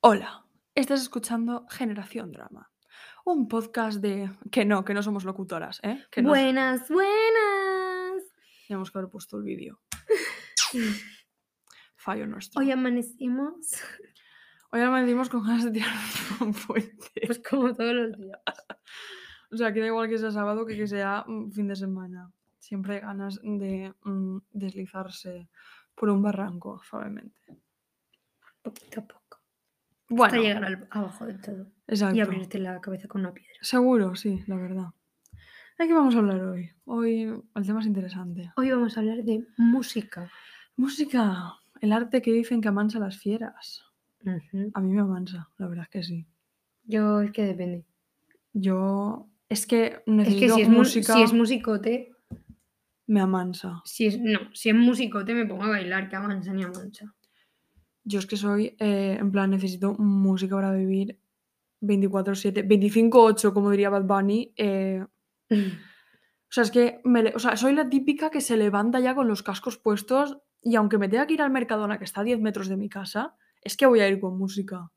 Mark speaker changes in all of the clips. Speaker 1: Hola, estás escuchando Generación Drama, un podcast de... que no, que no somos locutoras, ¿eh? Que no
Speaker 2: Buenas, buenas.
Speaker 1: teníamos que haber puesto el vídeo. Fallo nuestro.
Speaker 2: Hoy amanecimos.
Speaker 1: Hoy amanecimos con ganas de tirarnos por un puente.
Speaker 2: Pues como todos los días.
Speaker 1: O sea, que da igual que sea sábado que que sea mm, fin de semana. Siempre hay ganas de mm, deslizarse por un barranco, suavemente.
Speaker 2: Poquito a poco. Hasta
Speaker 1: Bueno,
Speaker 2: llegar al- abajo del todo. Y
Speaker 1: exacto.
Speaker 2: abrirte la cabeza con una piedra.
Speaker 1: Seguro, sí, la verdad. ¿De qué vamos a hablar hoy? Hoy el tema es interesante.
Speaker 2: Hoy vamos a hablar de música.
Speaker 1: Música, el arte que dicen que amansa a las fieras. A mí me amansa, la verdad es que sí.
Speaker 2: Yo es que depende.
Speaker 1: Yo es que
Speaker 2: Es
Speaker 1: necesito
Speaker 2: que si es, mu-
Speaker 1: música,
Speaker 2: si es musicote,
Speaker 1: me amansa.
Speaker 2: si es, no, si es musicote me pongo a bailar, que avanza ni amansa.
Speaker 1: Yo es que soy, eh, en plan, necesito música para vivir 24-7, 25-8, como diría Bad Bunny. eh, o sea, es que me le- o sea, soy la típica que se levanta ya con los cascos puestos y aunque me tenga que ir al Mercadona, que está a 10 metros de mi casa, es que voy a ir con música.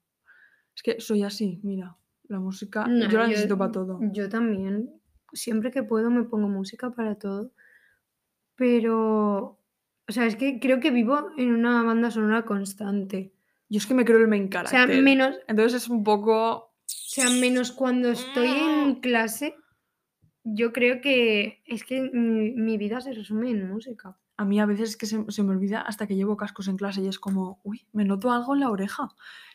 Speaker 1: Es que soy así, mira, la música
Speaker 2: No,
Speaker 1: yo la necesito para todo.
Speaker 2: Yo también, siempre que puedo me pongo música para todo, pero, o sea, es que creo que vivo en una banda sonora constante.
Speaker 1: Yo es que me creo el main
Speaker 2: O sea,
Speaker 1: character.
Speaker 2: menos, o
Speaker 1: Entonces es un poco...
Speaker 2: sea, menos cuando estoy
Speaker 1: Mm.
Speaker 2: en clase, yo creo que es que mi, mi vida se resume en música.
Speaker 1: A mí a veces es que se, se me olvida hasta que llevo cascos en clase y es como, uy, me noto algo en la oreja.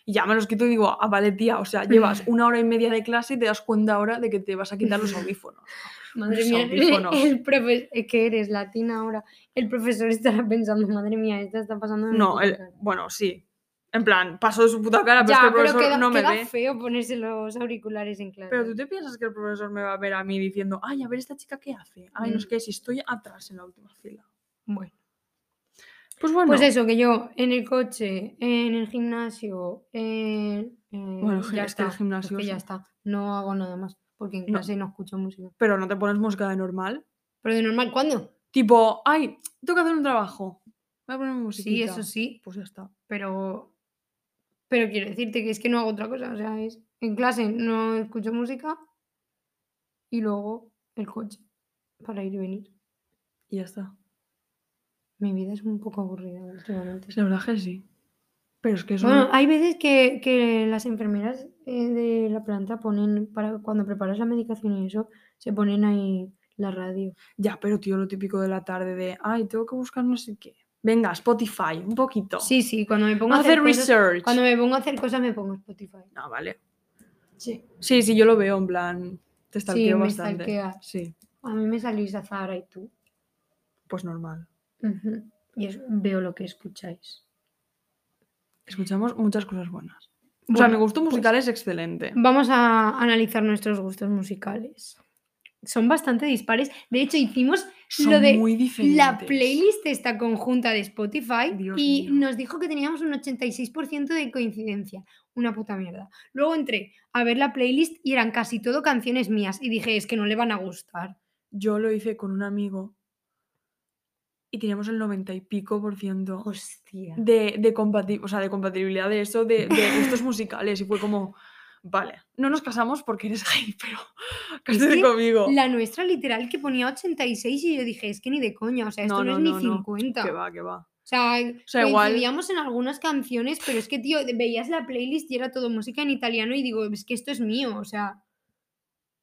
Speaker 1: Y ya me los quito y digo, ah, vale, tía, o sea, llevas una hora y media de clase y te das cuenta ahora de que te vas a quitar los audífonos.
Speaker 2: Madre
Speaker 1: Los
Speaker 2: mía,
Speaker 1: audífonos.
Speaker 2: el profe- es que eres latina ahora, el profesor estará pensando, madre mía, esta está pasando... de mi
Speaker 1: No,
Speaker 2: puta
Speaker 1: el-
Speaker 2: cara".
Speaker 1: bueno, sí. En plan, paso de su puta cara, pero
Speaker 2: Ya,
Speaker 1: es que el
Speaker 2: pero
Speaker 1: profesor
Speaker 2: queda,
Speaker 1: no me
Speaker 2: queda
Speaker 1: ve.
Speaker 2: feo ponerse los auriculares en clase.
Speaker 1: Pero tú te piensas que el profesor me va a ver a mí diciendo, ay, a ver esta chica qué hace. Ay, no es
Speaker 2: Mm.
Speaker 1: que si estoy atrás en la última fila.
Speaker 2: Bueno.
Speaker 1: Pues bueno.
Speaker 2: Pues eso, que yo en el coche, en el gimnasio, en... en-
Speaker 1: Bueno, es que el gimnasio
Speaker 2: que ya
Speaker 1: sí.
Speaker 2: está. No hago nada más, porque en
Speaker 1: No.
Speaker 2: clase no, escucho música.
Speaker 1: Pero no te pones música de normal.
Speaker 2: Pero de normal, ¿cuándo?
Speaker 1: Tipo, ay, tengo que hacer un trabajo. Voy a poner música.
Speaker 2: Sí, eso sí,
Speaker 1: Pues ya está.
Speaker 2: pero... Pero quiero decirte que es que no hago otra cosa, o sea, es... En clase no escucho música y luego el coche para ir y venir.
Speaker 1: Y ya está.
Speaker 2: Mi vida es un poco aburrida últimamente.
Speaker 1: Pues la verdad que sí. Pero es que eso.
Speaker 2: Bueno,
Speaker 1: no-
Speaker 2: hay veces que, que las enfermeras eh, de la planta ponen, para cuando preparas la medicación y eso, se ponen ahí la radio.
Speaker 1: Ya, pero tío, lo típico de la tarde de, ay, tengo que buscar no sé qué. Venga, Spotify, un poquito.
Speaker 2: Sí, sí, cuando me pongo a hacer,
Speaker 1: Hacer
Speaker 2: cosas,
Speaker 1: research.
Speaker 2: cuando me pongo a hacer cosas me pongo Spotify.
Speaker 1: Ah, vale.
Speaker 2: Sí.
Speaker 1: Sí, sí, yo lo veo en plan. Te stalkeo
Speaker 2: me
Speaker 1: bastante.
Speaker 2: stalkea.
Speaker 1: Sí,
Speaker 2: A mí me salís a Zara y tú.
Speaker 1: pues normal.
Speaker 2: Ujú. Y es- veo lo que escucháis.
Speaker 1: Escuchamos muchas cosas buenas. o sea, mi
Speaker 2: Bueno,
Speaker 1: gusto
Speaker 2: pues,
Speaker 1: musical es excelente.
Speaker 2: Vamos a analizar nuestros gustos musicales. Son bastante dispares. De hecho, hicimos
Speaker 1: Son
Speaker 2: lo de
Speaker 1: muy diferentes.
Speaker 2: La playlist está conjunta de Spotify
Speaker 1: Dios
Speaker 2: y
Speaker 1: mío.
Speaker 2: nos dijo que teníamos un 86% de coincidencia. Una puta mierda. Luego entré a ver la playlist y eran casi todo canciones mías. Y dije, es que no le van a gustar.
Speaker 1: Yo lo hice con un amigo y teníamos el 90 y pico por ciento
Speaker 2: Hostia.
Speaker 1: de, de, compati- o sea, de compatibilidad de eso, de, de gustos musicales. Y fue como, vale, no nos casamos porque eres gay, pero cásate
Speaker 2: que
Speaker 1: conmigo.
Speaker 2: La nuestra literal que ponía 86 y yo dije, es que ni de coña. O sea, esto
Speaker 1: No,
Speaker 2: no,
Speaker 1: no,
Speaker 2: es
Speaker 1: no, no.
Speaker 2: ni 50.
Speaker 1: Que va, que va.
Speaker 2: O sea,
Speaker 1: sea, igual-
Speaker 2: coincidíamos en algunas canciones, pero es que, tío, veías la playlist y era todo música en italiano y digo, es que esto es mío. O sea,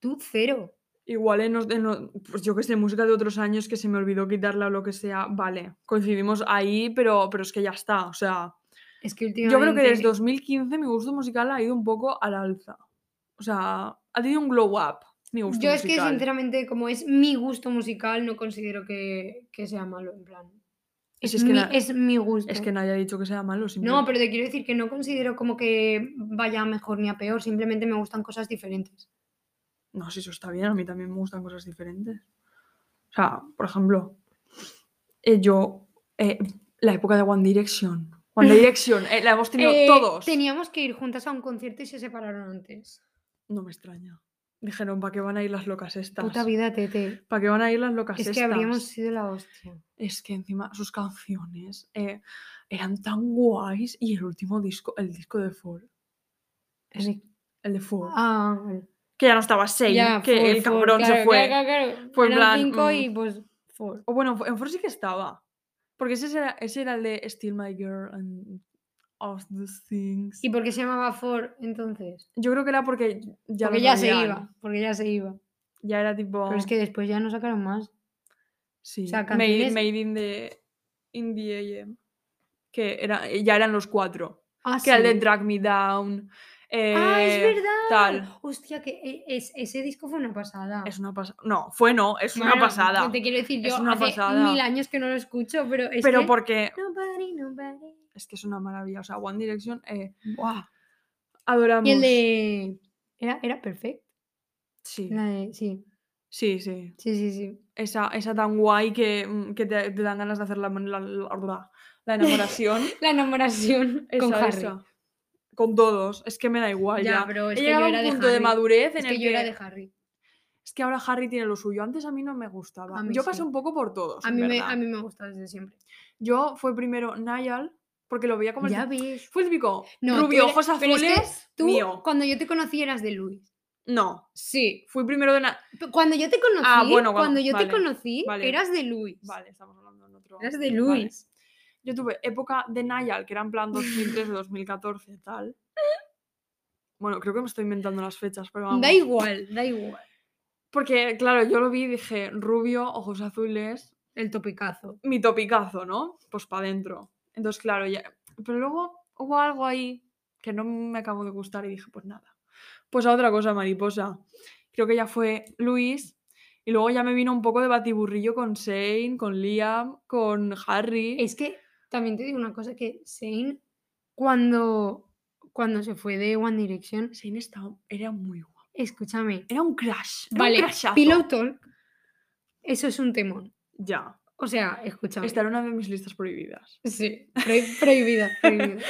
Speaker 2: tú cero.
Speaker 1: Igual en, los- en lo- pues yo que sé, música de otros años que se me olvidó quitarla o lo que sea, vale, coincidimos ahí, pero, pero es que ya está. O sea,
Speaker 2: Es que
Speaker 1: yo creo que
Speaker 2: últimamente-
Speaker 1: desde 2015 mi gusto musical ha ido un poco al alza. O sea, ha tenido un glow up mi gusto
Speaker 2: Yo es que
Speaker 1: musical.
Speaker 2: sinceramente, como es mi gusto musical, no considero que, que sea malo, en plan.
Speaker 1: Es-
Speaker 2: Es,
Speaker 1: es que
Speaker 2: mi,
Speaker 1: na-
Speaker 2: es mi gusto.
Speaker 1: Es que nadie ha dicho que sea malo.
Speaker 2: no,
Speaker 1: simplemente-
Speaker 2: pero te quiero decir que no considero como que vaya a mejor ni a peor, simplemente me gustan cosas diferentes.
Speaker 1: No, si eso está bien, a mí también me gustan cosas diferentes. O sea, por ejemplo, eh, yo, eh, la época de One Direction. One Direction, eh, la hemos tenido
Speaker 2: Eh,
Speaker 1: todos.
Speaker 2: Teníamos que ir juntas a un concierto y se separaron antes.
Speaker 1: No me extraña. Dijeron, ¿para qué van a ir las locas estas?
Speaker 2: Puta vida, Tete.
Speaker 1: ¿Para qué van a ir las locas
Speaker 2: Es
Speaker 1: estas?
Speaker 2: que habríamos sido la hostia.
Speaker 1: Es que encima sus canciones eh, eran tan guays y el último disco, el disco de Fall, Es
Speaker 2: Nick.
Speaker 1: el de fuego.
Speaker 2: Ah, vale.
Speaker 1: Que ya no estaba Shane,
Speaker 2: Ya,
Speaker 1: que
Speaker 2: four,
Speaker 1: el
Speaker 2: four,
Speaker 1: cabrón se
Speaker 2: claro,
Speaker 1: fue.
Speaker 2: Claro, claro, claro.
Speaker 1: Fue en
Speaker 2: Eran
Speaker 1: plan,
Speaker 2: cinco
Speaker 1: mm.
Speaker 2: y pues four.
Speaker 1: O bueno, en Ford sí que estaba. Porque ese era, ese era el de Steal My Girl and All Those Things.
Speaker 2: ¿Y por qué se llamaba four entonces?
Speaker 1: Yo creo que era porque ya lo
Speaker 2: porque ya se
Speaker 1: sabían.
Speaker 2: iba, porque ya se iba.
Speaker 1: Ya era tipo.
Speaker 2: Pero es que después ya no sacaron más.
Speaker 1: Sí,
Speaker 2: sea,
Speaker 1: made,
Speaker 2: canciones-
Speaker 1: made in the, in the AM. Que era, ya eran los cuatro.
Speaker 2: Ah,
Speaker 1: Que era el de
Speaker 2: sí.
Speaker 1: Drag Me Down.
Speaker 2: Ah, es
Speaker 1: eh,
Speaker 2: verdad.
Speaker 1: tal.
Speaker 2: Hostia, que e- es, ese disco fue una pasada.
Speaker 1: Es una pasada. No, fue no, es una
Speaker 2: Bueno,
Speaker 1: pasada.
Speaker 2: Te quiero decir,
Speaker 1: Es
Speaker 2: yo
Speaker 1: una
Speaker 2: hace
Speaker 1: pasada.
Speaker 2: mil años que no lo escucho, pero es
Speaker 1: Pero
Speaker 2: que...
Speaker 1: porque
Speaker 2: Nobody, nobody.
Speaker 1: es que es una maravilla. O sea, One Direction eh,
Speaker 2: Buah.
Speaker 1: adoramos.
Speaker 2: Y el de... Era, era perfecto.
Speaker 1: Sí,
Speaker 2: La de... Sí,
Speaker 1: sí, sí.
Speaker 2: sí, sí, sí.
Speaker 1: Esa, esa tan guay que, mm, que te, te dan ganas de hacer la, la, la- la enamoración.
Speaker 2: La enamoración con
Speaker 1: Esa,
Speaker 2: Harry.
Speaker 1: esa. Con todos. Es que me da igual ya.
Speaker 2: Ya, pero es
Speaker 1: He
Speaker 2: que
Speaker 1: llegado
Speaker 2: yo
Speaker 1: a un
Speaker 2: era de
Speaker 1: punto de
Speaker 2: Harry.
Speaker 1: madurez en
Speaker 2: Es
Speaker 1: el
Speaker 2: que yo
Speaker 1: que
Speaker 2: era de Harry.
Speaker 1: es que ahora Harry tiene lo suyo. Antes a mí no me gustaba.
Speaker 2: A mí
Speaker 1: Yo
Speaker 2: sí.
Speaker 1: pasé un poco por todos.
Speaker 2: A
Speaker 1: en
Speaker 2: mí, me,
Speaker 1: verdad.
Speaker 2: a mí me gusta desde siempre.
Speaker 1: Yo fue primero Niall, porque lo veía como el
Speaker 2: Ya
Speaker 1: tip-
Speaker 2: ves.
Speaker 1: Fue el típico
Speaker 2: No, tú
Speaker 1: rubio,
Speaker 2: eres-
Speaker 1: ojos
Speaker 2: pero es que
Speaker 1: azules.
Speaker 2: Tú,
Speaker 1: mío.
Speaker 2: cuando yo te conocí, eras de Luis.
Speaker 1: No,
Speaker 2: Sí. Ah,
Speaker 1: fui primero de Niall.
Speaker 2: Cuando yo te conocí,
Speaker 1: bueno, bueno,
Speaker 2: cuando yo
Speaker 1: vale,
Speaker 2: te conocí,
Speaker 1: vale.
Speaker 2: eras de Luis.
Speaker 1: Vale, estamos hablando en otro.
Speaker 2: Eras de
Speaker 1: vale.
Speaker 2: Luis.
Speaker 1: Yo tuve época de Niall, que era en plan 2013-2014, tal. Bueno, creo que me estoy inventando las fechas, pero vamos.
Speaker 2: Da igual, da igual.
Speaker 1: Porque, claro, yo lo vi y dije, rubio, ojos azules,
Speaker 2: El topicazo.
Speaker 1: mi topicazo, ¿no? Pues para adentro. Entonces, claro, ya. Pero luego hubo algo ahí que no me acabó de gustar y dije, pues nada. Pues a otra cosa, mariposa. Creo que ya fue Luis. Y luego ya me vino un poco de batiburrillo con Shane, con Liam, con Harry.
Speaker 2: Es que también te digo una cosa que Shane, cuando, cuando se fue de One Direction,
Speaker 1: Shane estaba, era muy guapo.
Speaker 2: escúchame.
Speaker 1: Era un crash. Era
Speaker 2: Vale,
Speaker 1: un crashazo.
Speaker 2: Pillow Talk, eso es un temón.
Speaker 1: Ya.
Speaker 2: O sea, escúchame.
Speaker 1: Esta era una de mis listas prohibidas.
Speaker 2: Sí, prohi- prohibida, prohibida.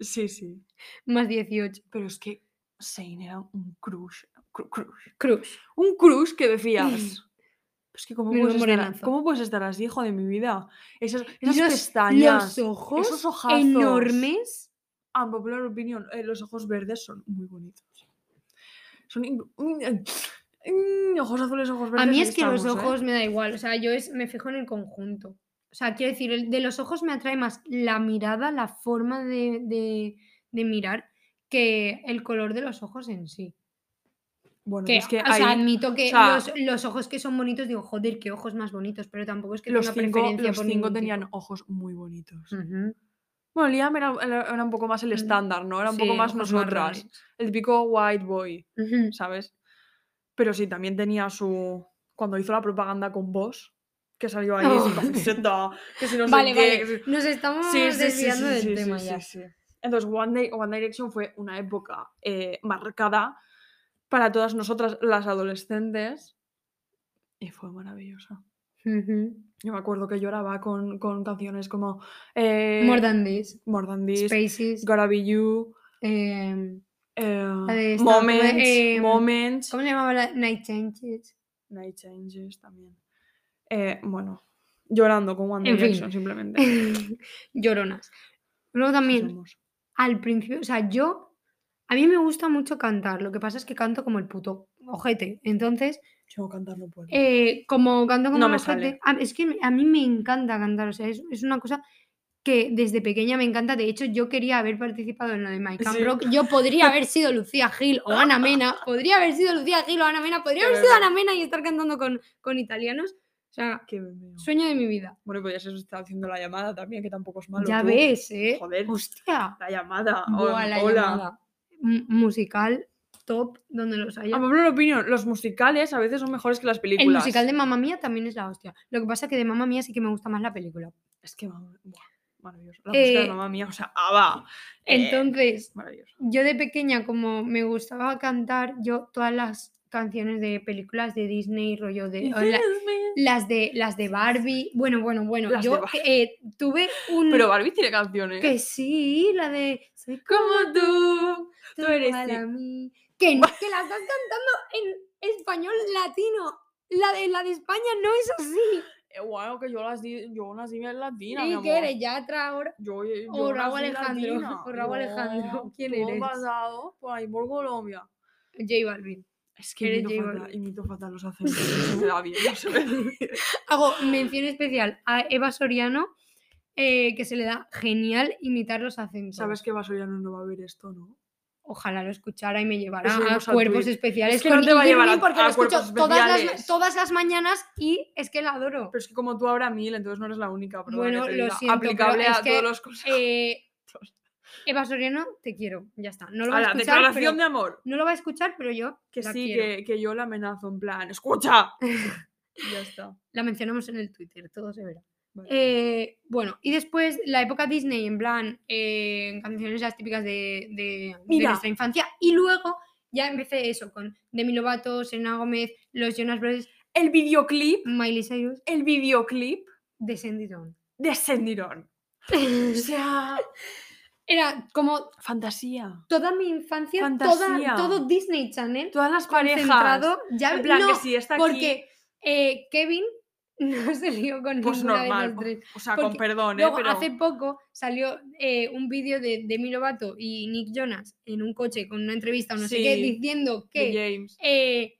Speaker 1: Sí, sí.
Speaker 2: Más 18.
Speaker 1: Pero es que Shane era un crush. cru- crush.
Speaker 2: Crush.
Speaker 1: Un crush que decías. Es que ¿cómo
Speaker 2: Menudo
Speaker 1: puedes, estar, a-
Speaker 2: morenazo".
Speaker 1: ¿cómo puedes estar así, hijo de mi vida? Esas, esas
Speaker 2: Esos-
Speaker 1: pestañas.
Speaker 2: Los ojos
Speaker 1: esos ojazos.
Speaker 2: enormes.
Speaker 1: Unpopular opinion. eh, los ojos verdes son muy bonitos. Son. in- mm, mm, ojos azules, ojos verdes.
Speaker 2: A mí
Speaker 1: ahí
Speaker 2: es que los
Speaker 1: estamos, ¿eh?
Speaker 2: ojos me da igual. O sea, yo es, me fijo en el conjunto. O sea, quiero decir, el- de los ojos me atrae más la mirada, la forma de, de- de mirar, que el color de los ojos en sí.
Speaker 1: Bueno,
Speaker 2: Que,
Speaker 1: es que
Speaker 2: o
Speaker 1: ahí
Speaker 2: sea, admito que
Speaker 1: o sea,
Speaker 2: los, los ojos que son bonitos, digo, joder, qué ojos más bonitos, pero tampoco es que
Speaker 1: los
Speaker 2: tenga
Speaker 1: cinco,
Speaker 2: preferencia
Speaker 1: los
Speaker 2: por
Speaker 1: cinco
Speaker 2: ningún
Speaker 1: tenían
Speaker 2: tipo.
Speaker 1: ojos muy bonitos.
Speaker 2: Ujú.
Speaker 1: Bueno, Liam era, era- era un poco más el
Speaker 2: Mm.
Speaker 1: estándar, ¿no? Era un poco
Speaker 2: Sí,
Speaker 1: más
Speaker 2: ojos
Speaker 1: nosotras.
Speaker 2: marrones.
Speaker 1: El típico white boy,
Speaker 2: Ujú.
Speaker 1: ¿sabes? Pero sí, también tenía su. Cuando hizo la propaganda con vos, que salió ahí sin
Speaker 2: Oh.
Speaker 1: camiseta, que si no sé
Speaker 2: vale,
Speaker 1: qué,
Speaker 2: vale.
Speaker 1: que si-
Speaker 2: Nos estamos
Speaker 1: Sí, sí, sí,
Speaker 2: desviando
Speaker 1: sí,
Speaker 2: del
Speaker 1: sí, sí,
Speaker 2: tema
Speaker 1: sí,
Speaker 2: ya.
Speaker 1: sí. Entonces, One, Di- One Direction fue una época eh, marcada para todas nosotras, las adolescentes, y fue maravillosa.
Speaker 2: Ujú.
Speaker 1: Yo me acuerdo que lloraba con, con canciones como eh,
Speaker 2: More than this.
Speaker 1: More Than This,
Speaker 2: Spaces.
Speaker 1: Gotta Be You,
Speaker 2: em,
Speaker 1: eh,
Speaker 2: de esta- ¿cómo era?
Speaker 1: Moments,
Speaker 2: Eh,
Speaker 1: Moments,
Speaker 2: ¿Cómo le llamaba la Night Changes?
Speaker 1: Night Changes también. Eh, bueno, llorando con One
Speaker 2: En fin.
Speaker 1: Direction simplemente. Así
Speaker 2: Lloronas. Luego también,
Speaker 1: somos.
Speaker 2: al principio, o sea, yo. A mí me gusta mucho cantar, lo que pasa es que canto como el puto ojete. Entonces,
Speaker 1: Yo cantar no puedo.
Speaker 2: eh, como canto como
Speaker 1: No
Speaker 2: el
Speaker 1: me
Speaker 2: ojete,
Speaker 1: sale.
Speaker 2: a- Ah, es que me- a mí me encanta cantar, o sea, es, es una cosa que desde pequeña me encanta. De hecho, yo quería haber participado en lo de My Camp
Speaker 1: Sí.
Speaker 2: Rock. Yo podría haber sido Lucía Gil o Ana Mena, podría haber sido Lucía Gil o Ana Mena, podría
Speaker 1: Qué
Speaker 2: haber sido
Speaker 1: bebé.
Speaker 2: Ana Mena y estar cantando con, con italianos. O sea,
Speaker 1: Qué memeo.
Speaker 2: sueño de mi vida.
Speaker 1: Bueno, pues podrías estar haciendo la llamada también, que tampoco es malo.
Speaker 2: ya
Speaker 1: tú.
Speaker 2: ves, ¿eh?
Speaker 1: Joder.
Speaker 2: Hostia.
Speaker 1: La llamada.
Speaker 2: Buah,
Speaker 1: hol-
Speaker 2: la
Speaker 1: hola.
Speaker 2: llamada. M- musical top donde los haya.
Speaker 1: A Pablo opinión, los musicales a veces son mejores que las Ah, películas.
Speaker 2: El musical de Mamma Mía también es la hostia. Lo que pasa que de Mamma Mía sí que me gusta más la película.
Speaker 1: Es que mam- buah, maravilloso. La música
Speaker 2: Eh,
Speaker 1: de mamá mía, o sea, ABBA. eh,
Speaker 2: Entonces,
Speaker 1: maravilloso.
Speaker 2: yo de pequeña, como me gustaba cantar, yo todas las canciones de películas de Disney, rollo de. o la- las de las de Barbie. Bueno, bueno, bueno.
Speaker 1: Las de
Speaker 2: yo
Speaker 1: Barbie.
Speaker 2: eh, tuve un.
Speaker 1: Pero Barbie tiene canciones.
Speaker 2: que sí, la de. Soy
Speaker 1: Como tú.
Speaker 2: Tú
Speaker 1: eres
Speaker 2: igual
Speaker 1: sí.
Speaker 2: a mí. Que, no, que la estás cantando en español latino. La de, la de España no es así.
Speaker 1: eh, guau, que yo las di, yo nací en latina, mi
Speaker 2: ¿Y
Speaker 1: amor.
Speaker 2: qué eres? ¿Yatra ahora?
Speaker 1: Yo, yo
Speaker 2: O Raúl
Speaker 1: nací
Speaker 2: Alejandro,
Speaker 1: latina,
Speaker 2: o Raúl Alejandro, ¿quién
Speaker 1: todo
Speaker 2: eres?
Speaker 1: basado por ahí por Colombia.
Speaker 2: J Balvin.
Speaker 1: Es que
Speaker 2: Eres
Speaker 1: imito
Speaker 2: J
Speaker 1: fatal,
Speaker 2: Balvin.
Speaker 1: imito fatal los acentos, no se me da bien, no se me da bien.
Speaker 2: Hago mención especial a Eva Soriano, eh, que se le da genial imitar los acentos.
Speaker 1: Sabes que Vasoriano no va a ver esto, ¿no?
Speaker 2: Ojalá lo escuchara y me llevara
Speaker 1: Eso
Speaker 2: a
Speaker 1: iremos al
Speaker 2: cuerpos
Speaker 1: tuit.
Speaker 2: especiales.
Speaker 1: Es que no te va a llevar
Speaker 2: Irving
Speaker 1: a-
Speaker 2: porque
Speaker 1: a
Speaker 2: lo escucho
Speaker 1: cuerpos
Speaker 2: todas las,
Speaker 1: especiales.
Speaker 2: todas las mañanas y es que la adoro.
Speaker 1: Pero es que como tú ahora mil, entonces no eres la única. perdona que
Speaker 2: Bueno,
Speaker 1: te
Speaker 2: lo
Speaker 1: diga.
Speaker 2: siento, pero
Speaker 1: Aplicable
Speaker 2: es
Speaker 1: a
Speaker 2: que,
Speaker 1: todos los consejos.
Speaker 2: Eh, Eva Soriano, te quiero. Ya está. No lo va a
Speaker 1: Ahora,
Speaker 2: escuchar.
Speaker 1: declaración
Speaker 2: pero-
Speaker 1: de amor.
Speaker 2: No lo va a escuchar, pero yo
Speaker 1: Que
Speaker 2: la
Speaker 1: sí,
Speaker 2: quiero.
Speaker 1: que, que yo la amenazo, en plan, ¡escucha! Y ya está.
Speaker 2: La mencionamos en el Twitter, todo se verá.
Speaker 1: Vale.
Speaker 2: Eh, bueno, y después la época Disney, en plan, eh, canciones las típicas de, de- de
Speaker 1: Mira.
Speaker 2: nuestra infancia. Y luego ya empecé eso con Demi Lovato, Selena Gómez, los Jonas Brothers,
Speaker 1: El videoclip,
Speaker 2: Miley Cyrus,
Speaker 1: el videoclip
Speaker 2: Descendidón.
Speaker 1: de Sendirón. O sea,
Speaker 2: Era como
Speaker 1: fantasía.
Speaker 2: toda mi infancia, toda-
Speaker 1: Fantasía.
Speaker 2: todo Disney Channel
Speaker 1: Todas las parejas.
Speaker 2: concentrado. Ya,
Speaker 1: En plan,
Speaker 2: no,
Speaker 1: que si está aquí,
Speaker 2: porque eh, Kevin no se lió con
Speaker 1: pues
Speaker 2: ninguna de
Speaker 1: normal.
Speaker 2: las tres.
Speaker 1: O sea, con
Speaker 2: porque
Speaker 1: perdón, ¿eh?
Speaker 2: Luego,
Speaker 1: pero
Speaker 2: hace poco salió eh, un vídeo de Demi Lovato y Nick Jonas en un coche con una entrevista o no sé qué,
Speaker 1: Sí,
Speaker 2: diciendo
Speaker 1: de
Speaker 2: que,
Speaker 1: James.
Speaker 2: eh,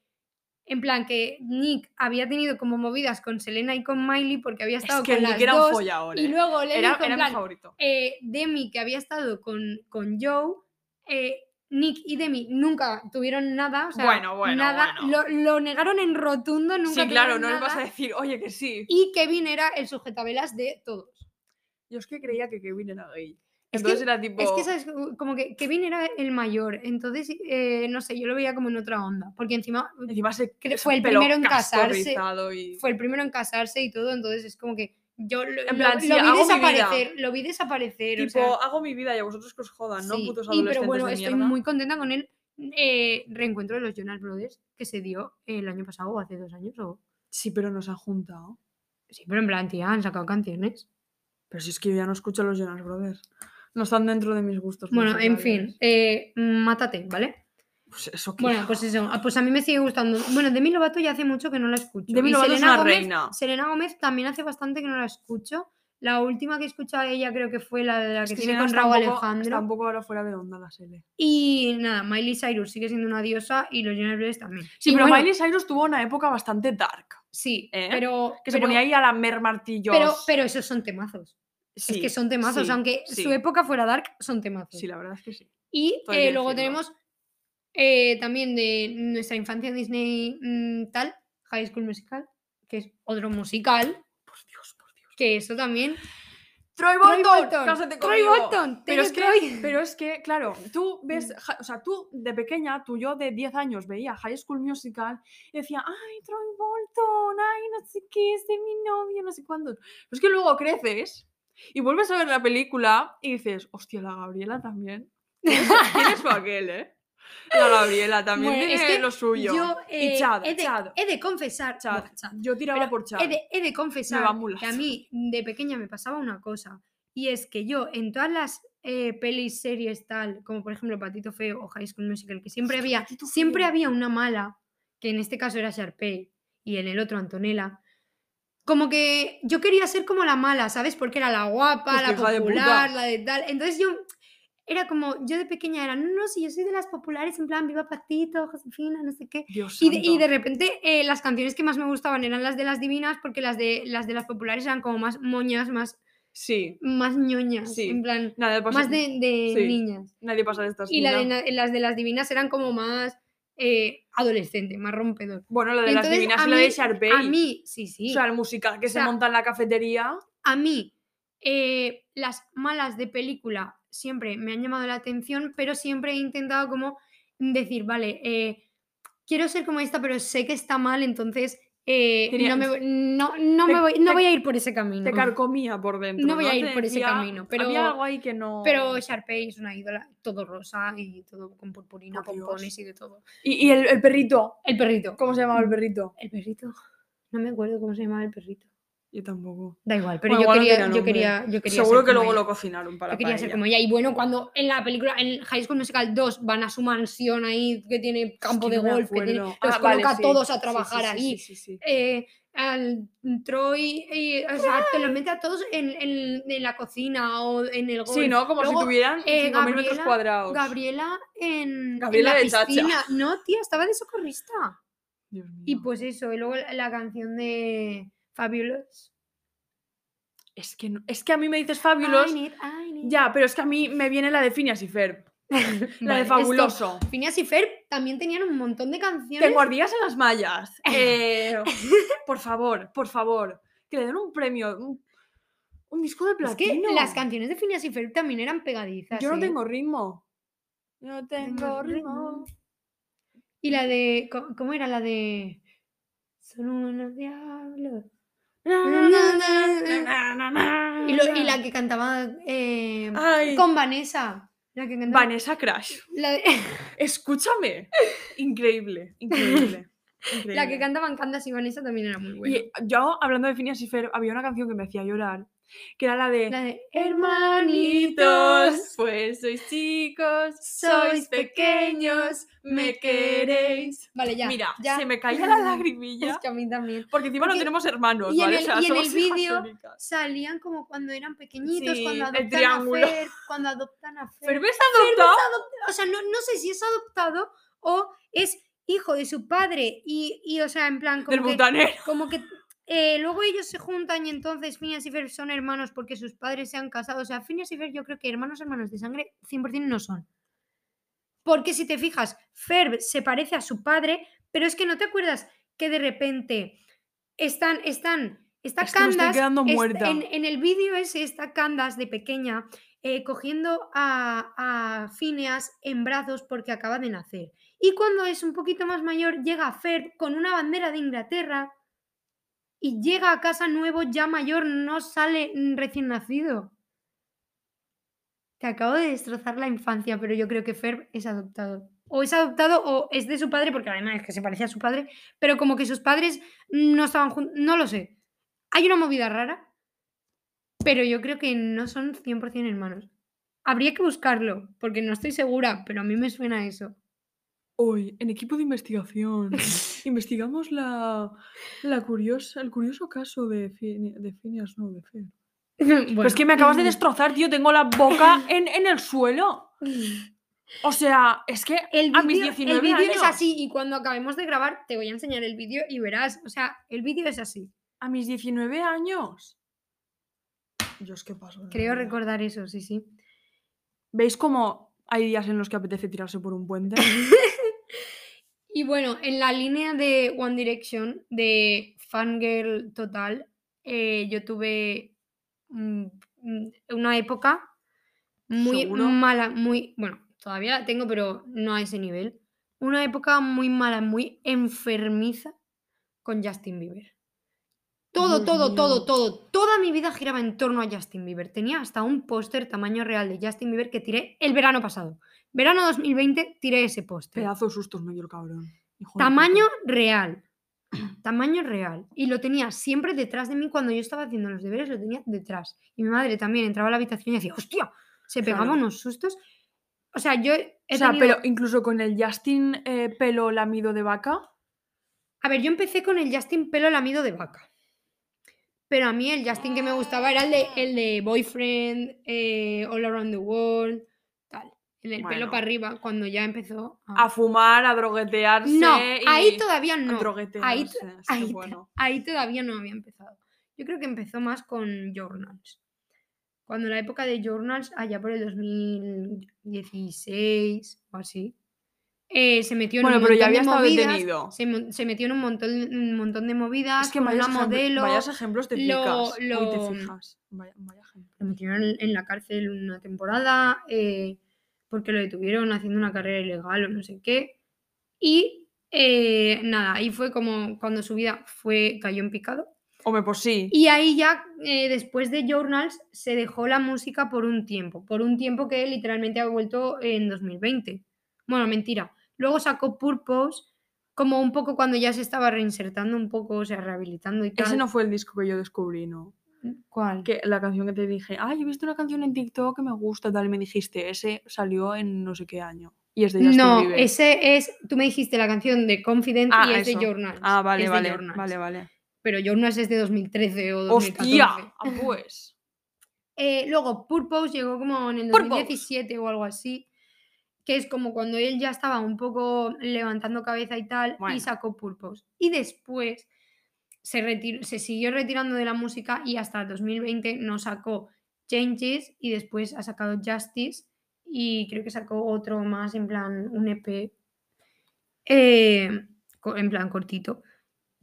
Speaker 2: en plan, que Nick había tenido como movidas con Selena y con Miley porque había
Speaker 1: Es
Speaker 2: estado
Speaker 1: que
Speaker 2: con
Speaker 1: el
Speaker 2: las
Speaker 1: Nick era un
Speaker 2: dos.
Speaker 1: follador.
Speaker 2: y
Speaker 1: ¿eh?
Speaker 2: luego le
Speaker 1: Era,
Speaker 2: dijo, en
Speaker 1: era mi
Speaker 2: plan,
Speaker 1: favorito.
Speaker 2: eh, Demi, que había estado con, con Joe, eh, Nick y Demi nunca tuvieron nada, o sea,
Speaker 1: Bueno, bueno,
Speaker 2: nada,
Speaker 1: bueno.
Speaker 2: Lo, lo negaron en rotundo, nunca
Speaker 1: Sí, claro,
Speaker 2: tuvieron
Speaker 1: no le vas a
Speaker 2: nada,
Speaker 1: decir, oye, que sí.
Speaker 2: Y Kevin era el sujetabelas de todos.
Speaker 1: Yo es que creía que Kevin era gay.
Speaker 2: Es
Speaker 1: Entonces
Speaker 2: que-
Speaker 1: era tipo.
Speaker 2: Es que, ¿sabes? U- Como que Kevin era el mayor, entonces, eh, no sé, yo lo veía como en otra onda, porque encima u-
Speaker 1: Encima se,
Speaker 2: Cre-
Speaker 1: se
Speaker 2: fue el
Speaker 1: pelo
Speaker 2: primero en casarse.
Speaker 1: castorizado Y...
Speaker 2: fue el primero en casarse y todo, entonces es como que yo lo,
Speaker 1: En
Speaker 2: lo-
Speaker 1: plan, sí,
Speaker 2: lo vi
Speaker 1: hago mi vida.
Speaker 2: desaparecer, lo vi desaparecer, o
Speaker 1: Tipo,
Speaker 2: sea,
Speaker 1: hago mi vida y a vosotros que os jodan, ¿no?
Speaker 2: sí.
Speaker 1: Putos
Speaker 2: Y,
Speaker 1: adolescentes
Speaker 2: pero bueno,
Speaker 1: de
Speaker 2: estoy
Speaker 1: mierda.
Speaker 2: muy contenta con el eh, reencuentro de los Jonas Brothers que se dio el año pasado o hace dos años o...
Speaker 1: Sí, pero nos han juntado.
Speaker 2: Sí, pero en plan, tía, han sacado canciones.
Speaker 1: Pero si es que yo ya no escucho a los Jonas Brothers. No están dentro de mis gustos.
Speaker 2: Bueno, en fin,
Speaker 1: musicales.
Speaker 2: eh, mátate, ¿vale?
Speaker 1: Pues eso que.
Speaker 2: Bueno, pues eso, ah, pues a mí me sigue gustando. Bueno, Demi Lovato ya hace mucho que no la escucho.
Speaker 1: Demi
Speaker 2: Y
Speaker 1: Lovato es
Speaker 2: Selena
Speaker 1: una
Speaker 2: Gómez-
Speaker 1: reina.
Speaker 2: Selena Gómez también hace bastante que no la escucho. La última que he escuchado de ella creo que fue la de la que tiene con Raúl Alejandro.
Speaker 1: Tampoco ahora fuera de onda la serie.
Speaker 2: Y nada, Miley Cyrus sigue siendo una diosa y los Jonas Brothers también.
Speaker 1: Sí,
Speaker 2: Y
Speaker 1: pero
Speaker 2: bueno,
Speaker 1: Miley Cyrus tuvo una época bastante dark.
Speaker 2: Sí,
Speaker 1: ¿eh?
Speaker 2: pero...
Speaker 1: Que se
Speaker 2: pero-
Speaker 1: ponía ahí a lamer martillos.
Speaker 2: pero, pero esos son temazos.
Speaker 1: Sí,
Speaker 2: es que son temazos,
Speaker 1: sí,
Speaker 2: aunque
Speaker 1: sí.
Speaker 2: su época fuera dark, son temazos.
Speaker 1: Sí, la verdad es que sí.
Speaker 2: Y
Speaker 1: Todo hay que
Speaker 2: eh, luego
Speaker 1: decirlo.
Speaker 2: tenemos eh, también de nuestra infancia Disney mm, tal, High School Musical, que es otro musical,
Speaker 1: Por Dios, por Dios.
Speaker 2: que eso también.
Speaker 1: Troy
Speaker 2: Troy
Speaker 1: Bolton,
Speaker 2: Bolton,
Speaker 1: cásate
Speaker 2: Troy
Speaker 1: conmigo.
Speaker 2: Bolton,
Speaker 1: Pero
Speaker 2: Taylor
Speaker 1: es, que,
Speaker 2: Troy. Mm.
Speaker 1: pero es que, claro, tú ves, ja- o sea, tú de pequeña, tú yo de 10 años veía High School Musical y decía, ay, Troy Bolton, ay, no sé qué, es de mi novio, no sé cuándo. Pero es que luego creces y vuelves a ver la película y dices, hostia, la Gabriela también. Tienes su aquel, ¿eh? La Gabriela también
Speaker 2: Bueno, es
Speaker 1: tiene
Speaker 2: que
Speaker 1: lo suyo.
Speaker 2: Yo eh,
Speaker 1: Chad,
Speaker 2: he, de,
Speaker 1: Chad.
Speaker 2: he de confesar,
Speaker 1: Chad,
Speaker 2: buah, Chad,
Speaker 1: yo tiraba
Speaker 2: pero
Speaker 1: por Chad.
Speaker 2: he de, he de confesar
Speaker 1: va mulato.
Speaker 2: que a mí de pequeña me pasaba una cosa, y es que yo en todas las eh, pelis, series tal, como por ejemplo Patito Feo o High School Musical, que siempre
Speaker 1: Hostia,
Speaker 2: había,
Speaker 1: Patito
Speaker 2: siempre
Speaker 1: Feo.
Speaker 2: había una mala, que en este caso era Sharpay y en el otro Antonella. Como que yo quería ser como la mala, ¿sabes? Porque era la guapa,
Speaker 1: Pues
Speaker 2: la
Speaker 1: que hija de puta.
Speaker 2: popular, la de tal. Entonces yo era como, yo de pequeña era, no, no, si yo soy de las populares, en plan, viva Patito, Josefina, no sé qué.
Speaker 1: Dios
Speaker 2: Y de, y
Speaker 1: santo.
Speaker 2: de repente eh, las canciones que más me gustaban eran las de las divinas porque las de las de las populares eran como más moñas, más,
Speaker 1: Sí,
Speaker 2: más ñoñas,
Speaker 1: Sí.
Speaker 2: en plan,
Speaker 1: nada, pasa-
Speaker 2: más de, de
Speaker 1: sí. pues
Speaker 2: niñas.
Speaker 1: nadie pasa de estas.
Speaker 2: Y la de
Speaker 1: Nina.
Speaker 2: na- las de las divinas eran como más eh, adolescente, más rompedor.
Speaker 1: Bueno, la de
Speaker 2: Entonces,
Speaker 1: las divinas
Speaker 2: a
Speaker 1: y la de
Speaker 2: mí-
Speaker 1: Sharpay.
Speaker 2: A mí, sí, sí,
Speaker 1: O sea, el musical que
Speaker 2: sea,
Speaker 1: se monta en la cafetería.
Speaker 2: a mí eh, las malas de película siempre me han llamado la atención, pero siempre he intentado como decir, vale, eh, quiero ser como esta, pero sé que está mal, entonces eh,
Speaker 1: Tenía-
Speaker 2: no, me, voy- no, no
Speaker 1: te-
Speaker 2: me voy, no
Speaker 1: te-
Speaker 2: voy a ir por ese camino.
Speaker 1: Te carcomía por dentro.
Speaker 2: voy a ir
Speaker 1: Te
Speaker 2: por ese
Speaker 1: decía-
Speaker 2: camino, pero-
Speaker 1: Había algo ahí que no.
Speaker 2: Pero Sharpay es una ídola, todo rosa y todo con purpurina,
Speaker 1: Por Dios.
Speaker 2: pompones y de todo.
Speaker 1: Y, y el, el perrito.
Speaker 2: El perrito.
Speaker 1: ¿Cómo se llamaba el perrito?
Speaker 2: El perrito. No me acuerdo cómo se llamaba el perrito.
Speaker 1: Yo tampoco.
Speaker 2: Da igual, pero
Speaker 1: Bueno,
Speaker 2: yo,
Speaker 1: igual no
Speaker 2: quería,
Speaker 1: tenía
Speaker 2: yo,
Speaker 1: nombre.
Speaker 2: quería, yo quería.
Speaker 1: Seguro
Speaker 2: ser
Speaker 1: que
Speaker 2: como
Speaker 1: luego
Speaker 2: ella.
Speaker 1: lo cocinaron para
Speaker 2: Yo quería ser
Speaker 1: paella.
Speaker 2: como ella. Y bueno, cuando en la película, en High School Musical 2, van a su mansión ahí que tiene campo
Speaker 1: que
Speaker 2: de
Speaker 1: no me
Speaker 2: golf, que tiene-
Speaker 1: acuerdo.
Speaker 2: los
Speaker 1: Ah, vale,
Speaker 2: coloca a
Speaker 1: sí.
Speaker 2: todos
Speaker 1: Sí,
Speaker 2: a
Speaker 1: sí,
Speaker 2: trabajar
Speaker 1: sí, sí,
Speaker 2: ahí.
Speaker 1: sí, sí.
Speaker 2: eh, al Troy, eh, o
Speaker 1: ¡Ah!
Speaker 2: sea, te los mete a todos en, en- en la cocina o en el golf.
Speaker 1: Sí, ¿no? Como
Speaker 2: Luego,
Speaker 1: si tuvieran
Speaker 2: eh,
Speaker 1: 5.000 metros
Speaker 2: Gabriela-
Speaker 1: cuadrados.
Speaker 2: Gabriela en,
Speaker 1: Gabriela
Speaker 2: en
Speaker 1: de
Speaker 2: la
Speaker 1: chacha.
Speaker 2: piscina. No, tía, estaba de socorrista.
Speaker 1: Dios
Speaker 2: Y
Speaker 1: mío.
Speaker 2: pues eso, y luego la, la canción de Fabulous.
Speaker 1: Es que, no- es que a mí me dices Fabulous.
Speaker 2: I need, I need.
Speaker 1: Ya, pero es que a mí me viene la de Phineas y Ferb. La
Speaker 2: Vale,
Speaker 1: de
Speaker 2: stop.
Speaker 1: Fabuloso.
Speaker 2: Phineas y Ferb también tenían un montón de canciones.
Speaker 1: Te mordías en las mallas. Eh, por favor, por favor. Que le den un premio. Un, un disco de
Speaker 2: Es
Speaker 1: platino.
Speaker 2: que las canciones de Phineas y Ferb también eran pegadizas.
Speaker 1: Yo no
Speaker 2: ¿eh?
Speaker 1: tengo ritmo. Yo no tengo ritmo.
Speaker 2: ritmo. Y la de. co- ¿Cómo era la de.? Son unos diablos.
Speaker 1: Na, na, na, na, na, na, na,
Speaker 2: Y, lo- y
Speaker 1: na.
Speaker 2: la que cantaba. eh,
Speaker 1: Ay,
Speaker 2: con Vanessa. La que cantaba.
Speaker 1: Vanessa Crash.
Speaker 2: La, de-
Speaker 1: Escúchame. Increíble, increíble.
Speaker 2: la que
Speaker 1: increíble.
Speaker 2: cantaban Candas y Vanessa también era muy buena.
Speaker 1: Y eh, yo, hablando de Phineas y Ferb, había una canción que me hacía llorar, que era la de
Speaker 2: La de.
Speaker 1: Hermanitos, pues sois chicos, sois pequeños, me queréis.
Speaker 2: Vale, ya.
Speaker 1: Mira,
Speaker 2: ya.
Speaker 1: se me caía la lagrimilla.
Speaker 2: Es que a mí también.
Speaker 1: Porque encima no
Speaker 2: Porque-
Speaker 1: tenemos hermanos,
Speaker 2: y en
Speaker 1: ¿vale?
Speaker 2: el-
Speaker 1: o sea,
Speaker 2: y en el
Speaker 1: somos hijas
Speaker 2: vídeo-
Speaker 1: únicas.
Speaker 2: Salían como cuando eran pequeñitos,
Speaker 1: Sí,
Speaker 2: cuando
Speaker 1: el
Speaker 2: adoptan
Speaker 1: triángulo.
Speaker 2: a Fer, cuando adoptan a Fer.
Speaker 1: ¿Ferb es adoptado?
Speaker 2: o sea, no, no sé si es adoptado o es hijo de su padre y, y, o sea, en plan,
Speaker 1: Del
Speaker 2: como que,
Speaker 1: butanero.
Speaker 2: como que eh, luego ellos se juntan y entonces Phineas y Ferb son hermanos porque sus padres se han casado. O sea, Phineas y Ferb yo creo que hermanos, hermanos de sangre 100% no son. Porque si te fijas, Ferb se parece a su padre, pero es que no te acuerdas que de repente están, están, está
Speaker 1: Es que me estoy
Speaker 2: Candace,
Speaker 1: quedando
Speaker 2: est-
Speaker 1: muerta.
Speaker 2: en, en el vídeo ese está Candace de pequeña eh, cogiendo a, a Phineas en brazos porque acaba de nacer. Y cuando es un poquito más mayor, llega Ferb con una bandera de Inglaterra y llega a casa nuevo ya mayor, no sale mm, recién nacido. Te acabo de destrozar la infancia, pero yo creo que Ferb es adoptado. O es adoptado o es de su padre, porque además es que se parecía a su padre, pero como que sus padres no estaban juntos, no lo sé. Hay una movida rara, pero yo creo que no son 100% hermanos. Habría que buscarlo, porque no estoy segura, pero a mí me suena eso.
Speaker 1: Hoy, en equipo de investigación, investigamos la, la curiosa, el curioso caso de, Phine- de Phineas, no, de Ferb. Pero es Pues que me acabas de destrozar, tío. Tengo la boca en, en el suelo. O sea, es que
Speaker 2: El
Speaker 1: a Ah, mis
Speaker 2: vídeo, el
Speaker 1: 19
Speaker 2: vídeo es
Speaker 1: años-
Speaker 2: así y cuando acabemos de grabar te voy a enseñar el vídeo y verás, o sea, el vídeo es así.
Speaker 1: A mis 19 años. Dios, qué paso. de
Speaker 2: Creo
Speaker 1: verdad.
Speaker 2: recordar eso, sí, sí.
Speaker 1: ¿Veis cómo hay días en los que apetece tirarse por un puente?
Speaker 2: Y bueno, en la línea de One Direction, de Fangirl Total, eh, yo tuve mm, mm, una época muy
Speaker 1: Seguro.
Speaker 2: mala, muy, bueno, todavía la tengo, pero no a ese nivel. Una época muy mala, muy enfermiza con Justin Bieber. Todo,
Speaker 1: Dios
Speaker 2: todo, todo,
Speaker 1: mío.
Speaker 2: todo. Toda mi vida giraba en torno a Justin Bieber. Tenía hasta un póster tamaño real de Justin Bieber que tiré el verano pasado. Verano 2020 tiré ese póster.
Speaker 1: Pedazo de sustos me dio el cabrón. hijo de
Speaker 2: Tamaño real. Tamaño real. Y lo tenía siempre detrás de mí cuando yo estaba haciendo los deberes, lo tenía detrás. Y mi madre también entraba a la habitación y decía, hostia, se pegaba
Speaker 1: Claro.
Speaker 2: unos sustos. O sea, yo... he
Speaker 1: puta. O sea,
Speaker 2: tenido-
Speaker 1: pero incluso con el Justin eh, pelo lamido de vaca.
Speaker 2: A ver, yo empecé con el Justin pelo lamido de vaca. Pero a mí el Justin que me gustaba era el
Speaker 1: Ah.
Speaker 2: de, el de Boyfriend, eh, All Around the World, tal. El del pelo
Speaker 1: Bueno.
Speaker 2: para arriba, cuando ya empezó a...
Speaker 1: A fumar, a droguetearse.
Speaker 2: no,
Speaker 1: y
Speaker 2: ahí todavía
Speaker 1: a
Speaker 2: no.
Speaker 1: droguetearse.
Speaker 2: ahí
Speaker 1: es que
Speaker 2: ahí to-
Speaker 1: bueno.
Speaker 2: ahí todavía no había empezado. Yo creo que empezó más con Journals. Cuando la época de Journals, allá por el 2016 o así, eh, se metió en
Speaker 1: Bueno,
Speaker 2: un
Speaker 1: pero ya
Speaker 2: montón de
Speaker 1: había estado
Speaker 2: movidas,
Speaker 1: detenido.
Speaker 2: Se, mon- se metió en un montón, un montón de movidas,
Speaker 1: Es que
Speaker 2: ah, con una
Speaker 1: vayas, ejem-
Speaker 2: modelo.
Speaker 1: vayas ejemplos te
Speaker 2: lo-
Speaker 1: fijas. Uy,
Speaker 2: lo-
Speaker 1: te fijas. Vaya, vaya ejemplo.
Speaker 2: Lo metieron en- en la cárcel una temporada eh, porque lo detuvieron haciendo una carrera ilegal o no sé qué. Y eh, nada, ahí fue como cuando su vida fue, cayó en picado.
Speaker 1: Hombre, pues sí.
Speaker 2: Y ahí ya, eh, después de Journals, se dejó la música por un tiempo, por un tiempo que literalmente ha vuelto en 2020. Bueno, mentira. Luego sacó Purpose como un poco cuando ya se estaba reinsertando un poco, o sea, rehabilitando y tal.
Speaker 1: Ese no fue el disco que yo descubrí, ¿no?
Speaker 2: ¿Cuál?
Speaker 1: Que la canción que te dije, ay, he visto una canción en TikTok que me gusta, tal, y me dijiste, ese salió en no sé qué año. Y es de Justin
Speaker 2: No,
Speaker 1: Bieber.
Speaker 2: ese es, tú me dijiste la canción de Confident
Speaker 1: Ah,
Speaker 2: y es
Speaker 1: eso.
Speaker 2: de Journals.
Speaker 1: Ah, vale,
Speaker 2: es de
Speaker 1: vale,
Speaker 2: Journals.
Speaker 1: vale, vale.
Speaker 2: Pero Journals es de 2013 o 2014.
Speaker 1: ¡Hostia! Ah, Pues.
Speaker 2: Eh, luego, Purpose llegó como en el
Speaker 1: Purpose.
Speaker 2: 2017 o algo así, que es como cuando él ya estaba un poco levantando cabeza y tal,
Speaker 1: Bueno.
Speaker 2: y sacó Purpose. Y después se, retir- se siguió retirando de la música y hasta 2020 no sacó Changes y después ha sacado Justice y creo que sacó otro más en plan un EP, eh, co- en plan cortito.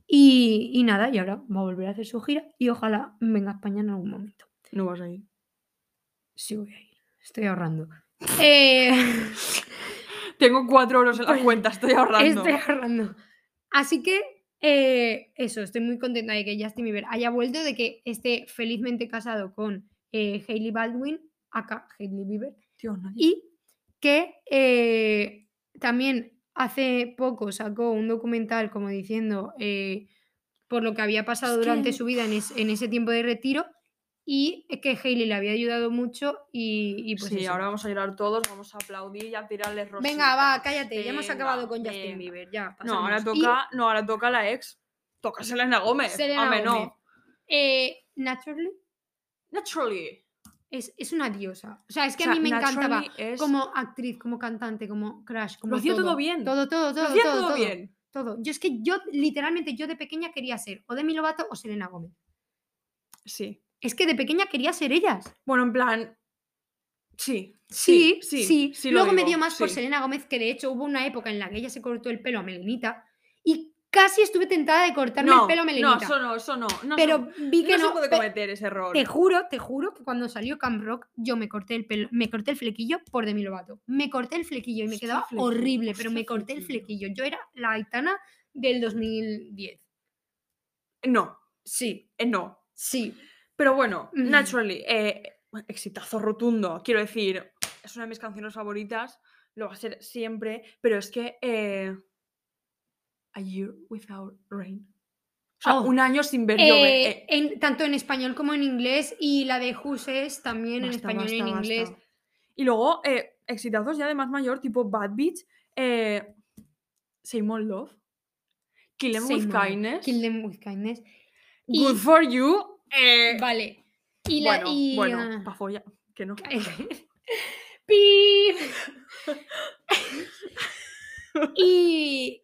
Speaker 2: Y, y nada, y ahora va a volver a hacer su gira y ojalá venga a España en algún momento.
Speaker 1: No vas ahí.
Speaker 2: Sí, voy a ir. Estoy ahorrando. Eh,
Speaker 1: Tengo cuatro euros en la
Speaker 2: Pues,
Speaker 1: cuenta, estoy ahorrando.
Speaker 2: estoy ahorrando. Así que eh, eso, estoy muy contenta de que Justin Bieber haya vuelto, de que esté felizmente casado con eh, Hailey Baldwin, acá Hailey Bieber,
Speaker 1: Tío, nadie-
Speaker 2: y que eh, también hace poco sacó un documental como diciendo eh, por lo que había
Speaker 1: Es
Speaker 2: pasado durante
Speaker 1: que-
Speaker 2: su vida en, es- en ese tiempo de retiro y que Hailey le había ayudado mucho y, y pues
Speaker 1: sí,
Speaker 2: eso.
Speaker 1: ahora vamos a llorar todos, vamos a aplaudir y a tirarles rositas.
Speaker 2: Venga, va, cállate, ya hemos
Speaker 1: Venga,
Speaker 2: acabado con Justin
Speaker 1: venga.
Speaker 2: Bieber, ya.
Speaker 1: No, ahora
Speaker 2: pasamos. Y,
Speaker 1: toca, no, ahora toca la ex. Toca Selena Gómez.
Speaker 2: Selena
Speaker 1: Ame, no.
Speaker 2: Gómez. eh, Naturally
Speaker 1: Naturally.
Speaker 2: es, es una diosa. O sea, es que
Speaker 1: O sea,
Speaker 2: a mí me encantaba
Speaker 1: Naturally es-
Speaker 2: como actriz, como cantante, como crush, como
Speaker 1: hacía todo bien.
Speaker 2: Todo, todo, todo,
Speaker 1: Lo hacía
Speaker 2: todo,
Speaker 1: todo,
Speaker 2: todo,
Speaker 1: bien.
Speaker 2: todo. Yo es que yo, literalmente, yo de pequeña quería ser o Demi Lovato o Selena Gómez.
Speaker 1: Sí.
Speaker 2: Es que de pequeña quería ser ellas.
Speaker 1: Bueno, en plan. Sí.
Speaker 2: Sí, sí.
Speaker 1: sí. sí lo
Speaker 2: Luego me
Speaker 1: digo,
Speaker 2: dio más por
Speaker 1: sí.
Speaker 2: Selena Gómez, que de hecho hubo una época en la que ella se cortó el pelo a melenita y casi estuve tentada de cortarme
Speaker 1: No,
Speaker 2: el pelo a melenita.
Speaker 1: no, eso no, eso no. no
Speaker 2: pero
Speaker 1: se-
Speaker 2: vi que
Speaker 1: no,
Speaker 2: no,
Speaker 1: se puede
Speaker 2: pe-
Speaker 1: cometer ese error.
Speaker 2: Te juro, te juro que cuando salió Camp Rock yo me corté el pelo, me corté el flequillo por Demi Lovato. Me corté el flequillo y me
Speaker 1: Hostia,
Speaker 2: quedaba
Speaker 1: flequillo,
Speaker 2: horrible, pero
Speaker 1: hostia,
Speaker 2: me corté el
Speaker 1: flequillo.
Speaker 2: flequillo. Yo era la Aitana del 2010.
Speaker 1: No,
Speaker 2: Sí,
Speaker 1: eh, no.
Speaker 2: sí.
Speaker 1: Pero bueno,
Speaker 2: Mm.
Speaker 1: naturally, eh, exitazo rotundo. Quiero decir, es una de mis canciones favoritas, lo va a ser siempre, pero es que eh, A Year Without Rain. O sea,
Speaker 2: Oh.
Speaker 1: un año sin ver
Speaker 2: Eh,
Speaker 1: llover. eh,
Speaker 2: en- tanto en español como en inglés y la de Juses también en
Speaker 1: basta,
Speaker 2: español y en
Speaker 1: basta,
Speaker 2: inglés.
Speaker 1: basta. Y luego, eh, exitazos ya de más mayor, tipo Bad Beach, eh, Seymour Love, Kill Em
Speaker 2: Same
Speaker 1: With
Speaker 2: Old,
Speaker 1: Kindness,
Speaker 2: Kill Them With Kindness. Y-
Speaker 1: Good For You. eh,
Speaker 2: Vale. Y la,
Speaker 1: bueno,
Speaker 2: y,
Speaker 1: bueno,
Speaker 2: ah,
Speaker 1: pa' follar, que no.
Speaker 2: ¡Pip! y,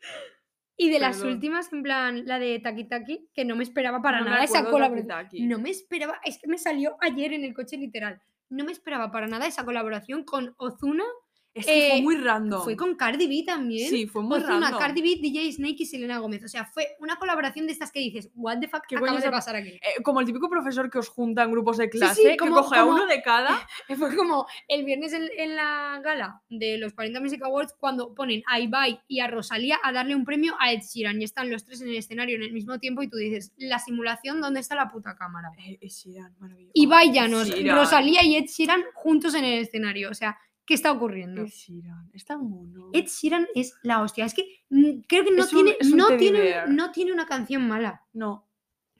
Speaker 2: y de las
Speaker 1: Perdón.
Speaker 2: últimas, en plan, la de Taki Taki, que no me esperaba para
Speaker 1: No me
Speaker 2: nada esa
Speaker 1: acuerdo de
Speaker 2: colaboración.
Speaker 1: Taki Taki.
Speaker 2: No me esperaba, es que me salió ayer en el coche literal. No me esperaba para nada esa colaboración con Ozuna.
Speaker 1: Es que fue
Speaker 2: eh,
Speaker 1: muy random.
Speaker 2: Fue con Cardi B también.
Speaker 1: Sí, fue muy
Speaker 2: Ozuna,
Speaker 1: random.
Speaker 2: Cardi B, DJ Snake y Selena Gómez. O sea, fue una colaboración de estas que dices, what the fuck
Speaker 1: ¿Qué coño
Speaker 2: acaba de
Speaker 1: está-
Speaker 2: pasar aquí?
Speaker 1: Eh, como el típico profesor que os junta en grupos de
Speaker 2: sí,
Speaker 1: clase,
Speaker 2: como-
Speaker 1: que coge a
Speaker 2: como-
Speaker 1: uno de cada.
Speaker 2: Fue como el viernes en, en la gala de los 40 Music Awards cuando ponen a Ibai y a Rosalía a darle un premio a Ed Sheeran y están los tres en el escenario en el mismo tiempo y tú dices, la simulación, ¿dónde está la puta cámara?
Speaker 1: Eh, Ed Sheeran, maravilloso.
Speaker 2: Ibai
Speaker 1: Ed
Speaker 2: Llanos,
Speaker 1: Sheeran,
Speaker 2: Rosalía y Ed Sheeran juntos en el escenario. O sea, ¿qué está ocurriendo?
Speaker 1: Ed Sheeran, es tan mono.
Speaker 2: Ed Sheeran es la hostia. Es que mm, creo que no,
Speaker 1: Es un-
Speaker 2: tiene,
Speaker 1: es un
Speaker 2: no,
Speaker 1: teddy
Speaker 2: tiene,
Speaker 1: bear.
Speaker 2: no tiene una canción mala.
Speaker 1: No,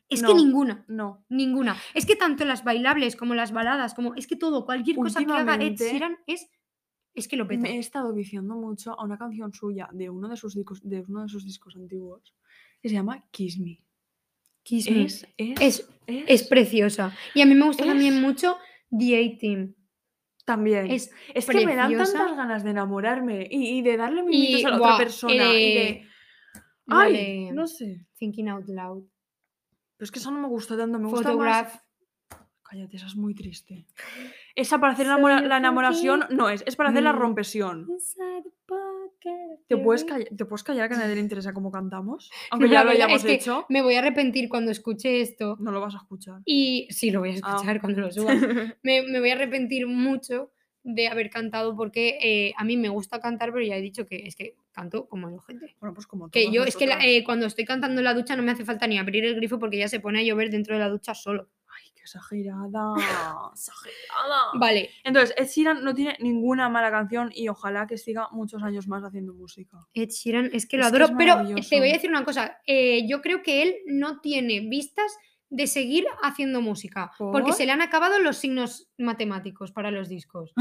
Speaker 2: Es
Speaker 1: No.
Speaker 2: que ninguna.
Speaker 1: no.
Speaker 2: Ninguna. Es que tanto las bailables como las baladas, como es que todo, cualquier cosa que haga Ed
Speaker 1: Últimamente,
Speaker 2: Sheeran es, es que lo peta.
Speaker 1: Me he estado viciando mucho a una canción suya de uno de sus discos, de uno de sus discos antiguos que se llama Kiss Me.
Speaker 2: Kiss Me.
Speaker 1: Es, es,
Speaker 2: Es- Es preciosa. Y a mí me gusta
Speaker 1: es-
Speaker 2: también mucho The A-Team.
Speaker 1: también. Es,
Speaker 2: Es
Speaker 1: que me dan
Speaker 2: preciosa.
Speaker 1: tantas ganas de enamorarme y, y de darle
Speaker 2: y,
Speaker 1: mimitos a la
Speaker 2: buah,
Speaker 1: otra persona. y de,
Speaker 2: eh, la
Speaker 1: ay,
Speaker 2: de
Speaker 1: no sé.
Speaker 2: Thinking Out Loud.
Speaker 1: Pero es que esa no me gusta tanto, me gusta más
Speaker 2: Photograph.
Speaker 1: Cállate, esa es muy triste. Esa para hacer
Speaker 2: So
Speaker 1: enamora-
Speaker 2: you
Speaker 1: la enamoración no es, es para hacer la
Speaker 2: Mm.
Speaker 1: rompesión.
Speaker 2: Inside the pocket of
Speaker 1: ¿Te
Speaker 2: your
Speaker 1: puedes,
Speaker 2: wrist.
Speaker 1: calla- ¿Te puedes callar que a nadie le interesa cómo cantamos? Aunque
Speaker 2: la
Speaker 1: ya lo
Speaker 2: verdad
Speaker 1: hayamos
Speaker 2: es que
Speaker 1: hecho,
Speaker 2: Me voy a arrepentir cuando escuche esto.
Speaker 1: no lo vas a escuchar.
Speaker 2: Y sí, lo voy a
Speaker 1: Ah.
Speaker 2: escuchar cuando lo suba. me, me voy a arrepentir mucho de haber cantado porque eh, a mí me gusta cantar, pero ya he dicho que es que canto como el ojete.
Speaker 1: Bueno, pues como
Speaker 2: Que
Speaker 1: todas
Speaker 2: yo es que la-
Speaker 1: nosotras.
Speaker 2: eh, cuando estoy cantando en la ducha no me hace falta ni abrir el grifo porque ya se pone a llover dentro de la ducha solo.
Speaker 1: Ay, qué qué exagerada, exagerada.
Speaker 2: Vale,
Speaker 1: Entonces, Ed Sheeran no tiene ninguna mala canción y ojalá que siga muchos años más haciendo música.
Speaker 2: Ed Sheeran, es que lo
Speaker 1: Es que
Speaker 2: adoro,
Speaker 1: es
Speaker 2: pero eh, te voy
Speaker 1: maravilloso.
Speaker 2: a decir una cosa, eh, yo creo que él no tiene vistas de seguir haciendo música, porque
Speaker 1: ¿Por?
Speaker 2: se le han acabado los signos matemáticos para los discos.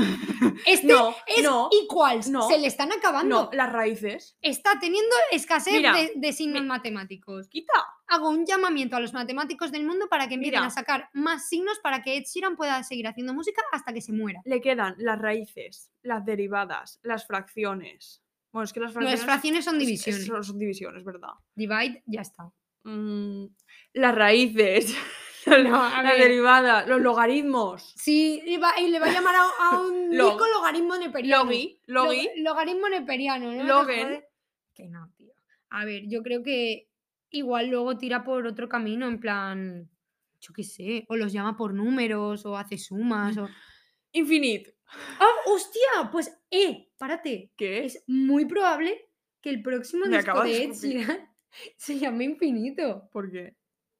Speaker 2: Este
Speaker 1: No,
Speaker 2: es
Speaker 1: no,
Speaker 2: igual,
Speaker 1: no,
Speaker 2: se le están acabando.
Speaker 1: No, las raíces.
Speaker 2: Está teniendo escasez
Speaker 1: Mira,
Speaker 2: de, de signos
Speaker 1: mi-
Speaker 2: matemáticos.
Speaker 1: Quita.
Speaker 2: Hago un llamamiento a los matemáticos del mundo para que empiecen
Speaker 1: Mira.
Speaker 2: a sacar más signos para que Ed Sheeran pueda seguir haciendo música hasta que se muera.
Speaker 1: Le quedan las raíces, las derivadas, las fracciones. Bueno, es que las fracciones.
Speaker 2: Las fracciones son
Speaker 1: es- es-
Speaker 2: divisiones.
Speaker 1: Son, son divisiones, ¿verdad?
Speaker 2: Divide, ya está.
Speaker 1: Mm, las raíces,
Speaker 2: No, a
Speaker 1: las
Speaker 2: ver.
Speaker 1: derivadas, los logaritmos.
Speaker 2: Sí, y, va- y le va a llamar a, a un
Speaker 1: Log.
Speaker 2: disco logaritmo neperiano.
Speaker 1: Logi,
Speaker 2: Log-
Speaker 1: logi.
Speaker 2: logaritmo neperiano, ¿no?
Speaker 1: Logen.
Speaker 2: Logen. Que no, tío. A ver, yo creo que igual luego tira por otro camino, en plan. Yo qué sé. O los llama por números, o hace sumas, o.
Speaker 1: Infinit.
Speaker 2: ¡Ah, hostia! Pues, eh, párate.
Speaker 1: ¿Qué
Speaker 2: Es muy probable que el próximo
Speaker 1: Me
Speaker 2: disco
Speaker 1: acabas
Speaker 2: de
Speaker 1: de
Speaker 2: Ed
Speaker 1: escupir.
Speaker 2: Sheeran se llame Infinito.
Speaker 1: ¿Por qué?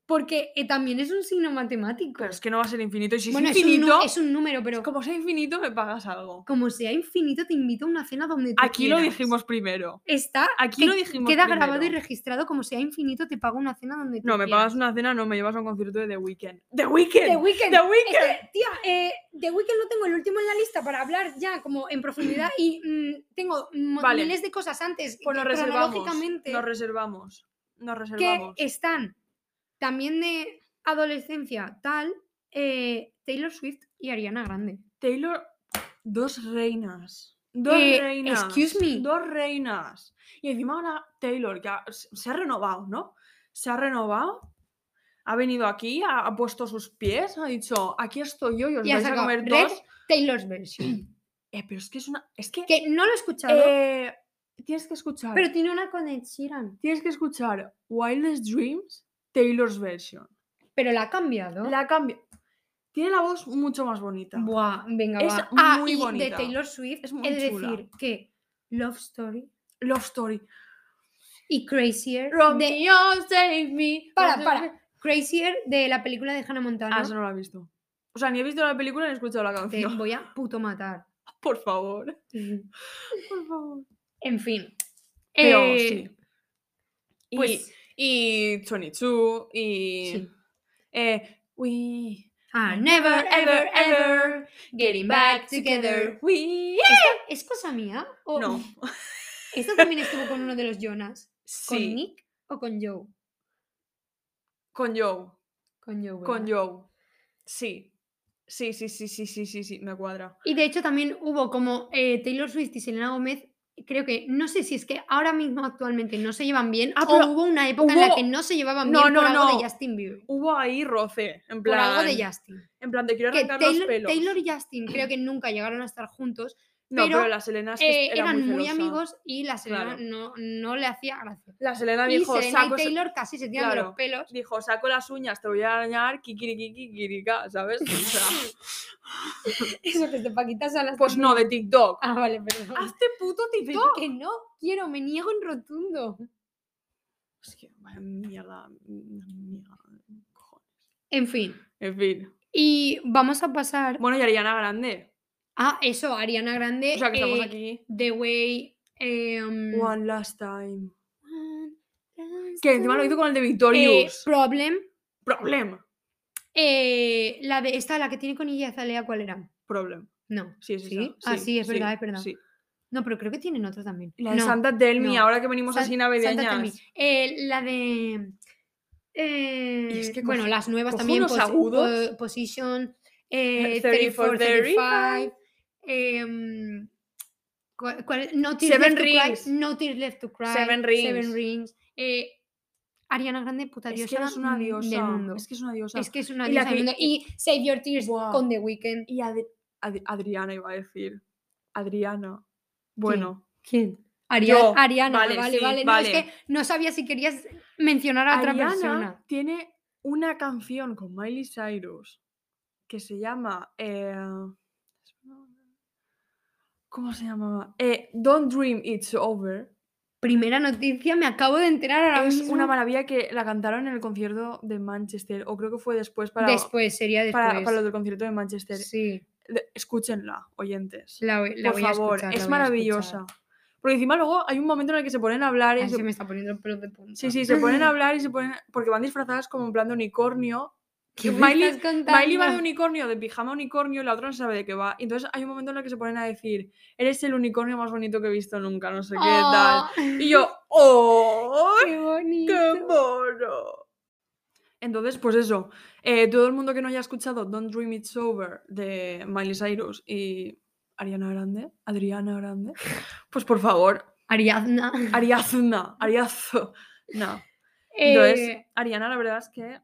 Speaker 2: Porque eh, también es un signo matemático.
Speaker 1: Pero es que no va a ser infinito. Y si
Speaker 2: bueno,
Speaker 1: es
Speaker 2: es un nu-
Speaker 1: infinito,
Speaker 2: es un, número, pero.
Speaker 1: como sea infinito, me pagas algo.
Speaker 2: como sea infinito, te invito a una cena donde tú
Speaker 1: Aquí lo
Speaker 2: quieras.
Speaker 1: dijimos primero.
Speaker 2: Está.
Speaker 1: Aquí
Speaker 2: que-
Speaker 1: lo dijimos
Speaker 2: Queda grabado y
Speaker 1: primero.
Speaker 2: registrado. Como sea infinito, te pago una cena donde tú
Speaker 1: No, me
Speaker 2: quieras.
Speaker 1: pagas una cena, no, me llevas a un concierto de The Weeknd. ¡The Weeknd!
Speaker 2: The Weeknd.
Speaker 1: ¡The Weeknd!
Speaker 2: Este- tía, eh, The Weeknd lo tengo el último en la lista para hablar ya como en profundidad y mm, tengo mo-
Speaker 1: Vale.
Speaker 2: miles de cosas antes
Speaker 1: Pues nos
Speaker 2: que
Speaker 1: reservamos.
Speaker 2: cronológicamente
Speaker 1: Nos reservamos. Nos
Speaker 2: que
Speaker 1: reservamos.
Speaker 2: están también de adolescencia tal eh, Taylor Swift y Ariana Grande.
Speaker 1: Taylor, dos reinas. Dos
Speaker 2: Eh,
Speaker 1: reinas.
Speaker 2: excuse me.
Speaker 1: Dos reinas. Y encima ahora Taylor, que ha- se se ha renovado, ¿no? Se ha renovado. Ha venido aquí, ha, ha puesto sus pies, ha dicho, aquí estoy yo y os
Speaker 2: Y ha
Speaker 1: vais a
Speaker 2: sacado
Speaker 1: comer
Speaker 2: Red
Speaker 1: dos.
Speaker 2: Taylor's Version.
Speaker 1: Eh, pero es que es una. Es que.
Speaker 2: que no lo he escuchado,
Speaker 1: eh, tienes que escuchar.
Speaker 2: pero tiene una con Ed Sheeran.
Speaker 1: Tienes que escuchar Wildest Dreams, Taylor's version.
Speaker 2: Pero la ha cambiado.
Speaker 1: La cambia. Tiene la voz mucho más bonita.
Speaker 2: Buah, venga,
Speaker 1: Es
Speaker 2: va.
Speaker 1: muy
Speaker 2: Ah, y de
Speaker 1: bonita.
Speaker 2: Taylor Swift, es,
Speaker 1: Es muy chula.
Speaker 2: decir, que Love Story
Speaker 1: Love Story.
Speaker 2: y Crazier de,
Speaker 1: Romeo, save me.
Speaker 2: para, para, Crazier de la película de Hannah Montana.
Speaker 1: Ah, eso no lo he visto. O sea, ni he visto la película ni he escuchado la
Speaker 2: Te
Speaker 1: canción.
Speaker 2: voy a puto matar.
Speaker 1: Por favor. Por favor.
Speaker 2: En fin.
Speaker 1: Pero
Speaker 2: Eh,
Speaker 1: sí. Y-
Speaker 2: Pues
Speaker 1: Y 22. Y.
Speaker 2: sí.
Speaker 1: Eh, we.
Speaker 2: Ah, never ever ever getting back together.
Speaker 1: We.
Speaker 2: ¿Es cosa mía? O...
Speaker 1: No.
Speaker 2: Esto también estuvo con uno de los Jonas. ¿Con
Speaker 1: Sí.
Speaker 2: Nick o con Joe?
Speaker 1: Con Joe.
Speaker 2: Con Joe. ¿verdad?
Speaker 1: Con Joe. Sí. Sí, sí, sí, sí, sí, sí, sí, me cuadra.
Speaker 2: Y de hecho también hubo como eh, Taylor Swift y Selena Gómez, creo que, no sé si es que ahora mismo actualmente no se llevan bien,
Speaker 1: Ah,
Speaker 2: o
Speaker 1: pero
Speaker 2: hubo una época en la
Speaker 1: hubo-
Speaker 2: que no se llevaban
Speaker 1: No,
Speaker 2: bien por
Speaker 1: no,
Speaker 2: algo de
Speaker 1: no.
Speaker 2: Justin Bieber.
Speaker 1: Hubo ahí roce, en
Speaker 2: Por
Speaker 1: plan.
Speaker 2: algo de Justin.
Speaker 1: En plan, te quiero
Speaker 2: Que
Speaker 1: arrancar los
Speaker 2: Taylor,
Speaker 1: pelos.
Speaker 2: Taylor y Justin creo que nunca llegaron a estar juntos,
Speaker 1: No, pero,
Speaker 2: pero,
Speaker 1: la Selena es que
Speaker 2: eh,
Speaker 1: era
Speaker 2: eran muy,
Speaker 1: celosa.
Speaker 2: amigos y la Selena
Speaker 1: Claro.
Speaker 2: no, no le hacía gracia.
Speaker 1: La Selena
Speaker 2: Y
Speaker 1: dijo,
Speaker 2: Selena y
Speaker 1: saco,
Speaker 2: Taylor casi se tiran de los
Speaker 1: claro.
Speaker 2: pelos.
Speaker 1: dijo, saco las uñas, te voy a arañar, kikiriki, kirika, ¿sabes? O sea,
Speaker 2: Eso que es de Paquita Salas.
Speaker 1: pues
Speaker 2: también.
Speaker 1: no, de TikTok.
Speaker 2: Ah, vale, perdón.
Speaker 1: Hazte puto
Speaker 2: Pero
Speaker 1: TikTok.
Speaker 2: que no quiero, me niego en rotundo.
Speaker 1: Es que, vaya mierda, mierda, cojones.
Speaker 2: En fin.
Speaker 1: En fin.
Speaker 2: Y vamos a pasar
Speaker 1: Bueno, y Ariana Grande.
Speaker 2: Ah, eso, Ariana Grande.
Speaker 1: O sea, que
Speaker 2: eh,
Speaker 1: estamos aquí.
Speaker 2: The Way. em,
Speaker 1: One last time.
Speaker 2: One Last
Speaker 1: Que encima lo hizo con el de
Speaker 2: Eh,
Speaker 1: Victorious.
Speaker 2: Problem.
Speaker 1: Problem.
Speaker 2: eh, la de esta, la que tiene con Iggy Azalea, ¿cuál era?
Speaker 1: Problem.
Speaker 2: No.
Speaker 1: Sí, es esa.
Speaker 2: ¿Sí? Ah, sí, es verdad, es verdad.
Speaker 1: sí.
Speaker 2: No, pero creo que tienen otra también.
Speaker 1: La de
Speaker 2: No,
Speaker 1: Santa Tell Me,
Speaker 2: no.
Speaker 1: ahora que venimos
Speaker 2: San-
Speaker 1: así
Speaker 2: Santa
Speaker 1: navideñas.
Speaker 2: Temi. Eh, la de. eh,
Speaker 1: es que
Speaker 2: bueno,
Speaker 1: coge-
Speaker 2: las nuevas
Speaker 1: coge
Speaker 2: también.
Speaker 1: unos
Speaker 2: posi-
Speaker 1: agudos.
Speaker 2: po- position eh,
Speaker 1: 30 for
Speaker 2: 34, 35. em, ¿cuál- cuál- no Tears
Speaker 1: Seven
Speaker 2: Left
Speaker 1: Rings.
Speaker 2: To Cry, No Tears Left to Cry.
Speaker 1: Seven
Speaker 2: Seven
Speaker 1: Rings.
Speaker 2: Rings. eh, Ariana Grande, puta
Speaker 1: Es
Speaker 2: diosa
Speaker 1: que eres una
Speaker 2: mm,
Speaker 1: diosa.
Speaker 2: del mundo.
Speaker 1: Es que es una diosa.
Speaker 2: Es que es una
Speaker 1: y la
Speaker 2: diosa del
Speaker 1: que-
Speaker 2: mundo. Y Save Your Tears
Speaker 1: Buah.
Speaker 2: con The Weeknd.
Speaker 1: Y Adri- Adri- Adriana iba a decir. Adriana. Bueno.
Speaker 2: ¿Quién?
Speaker 1: Yo.
Speaker 2: Ariana, vale,
Speaker 1: Vale, sí,
Speaker 2: vale. No, es
Speaker 1: vale.
Speaker 2: que no sabía si querías mencionar a otra
Speaker 1: Ariana
Speaker 2: persona.
Speaker 1: tiene una canción con Miley Cyrus que se llama. eh, ¿Cómo se llamaba? Eh, Don't Dream It's Over.
Speaker 2: Primera noticia, me acabo de enterar ahora
Speaker 1: es
Speaker 2: mismo.
Speaker 1: una maravilla que la cantaron en el concierto de Manchester, o creo que fue después para,
Speaker 2: Después, sería después.
Speaker 1: para, para lo del concierto de Manchester.
Speaker 2: Sí,
Speaker 1: De- Escúchenla, oyentes.
Speaker 2: la, voy- la
Speaker 1: Por
Speaker 2: voy a
Speaker 1: favor,
Speaker 2: escuchar, la
Speaker 1: es
Speaker 2: voy a
Speaker 1: maravillosa.
Speaker 2: escuchar.
Speaker 1: Porque encima luego hay un momento en el que se ponen a hablar y
Speaker 2: Ay,
Speaker 1: se-
Speaker 2: se me está poniendo el pelo de punta.
Speaker 1: Sí, sí, se ponen a hablar y se ponen... Porque van disfrazadas como en plan de unicornio.
Speaker 2: ¿Qué me
Speaker 1: Miley-
Speaker 2: estás contando?
Speaker 1: Miley va de unicornio, de pijama unicornio, y la otra no sabe de qué va. Y Entonces hay un momento en el que se ponen a decir, eres el unicornio más bonito que he visto nunca, no sé qué tal.
Speaker 2: Ah,
Speaker 1: Y yo, ¡oh!
Speaker 2: ¡Qué bonito!
Speaker 1: ¡Qué mono! Entonces, pues eso, eh, todo el mundo que no haya escuchado Don't Dream It's Over de Miley Cyrus y Ariana Grande, Adriana Grande, pues por favor,
Speaker 2: Ariadna.
Speaker 1: Ariazna, Ariazo. No. Entonces,
Speaker 2: Eh,
Speaker 1: Ariana, la verdad es que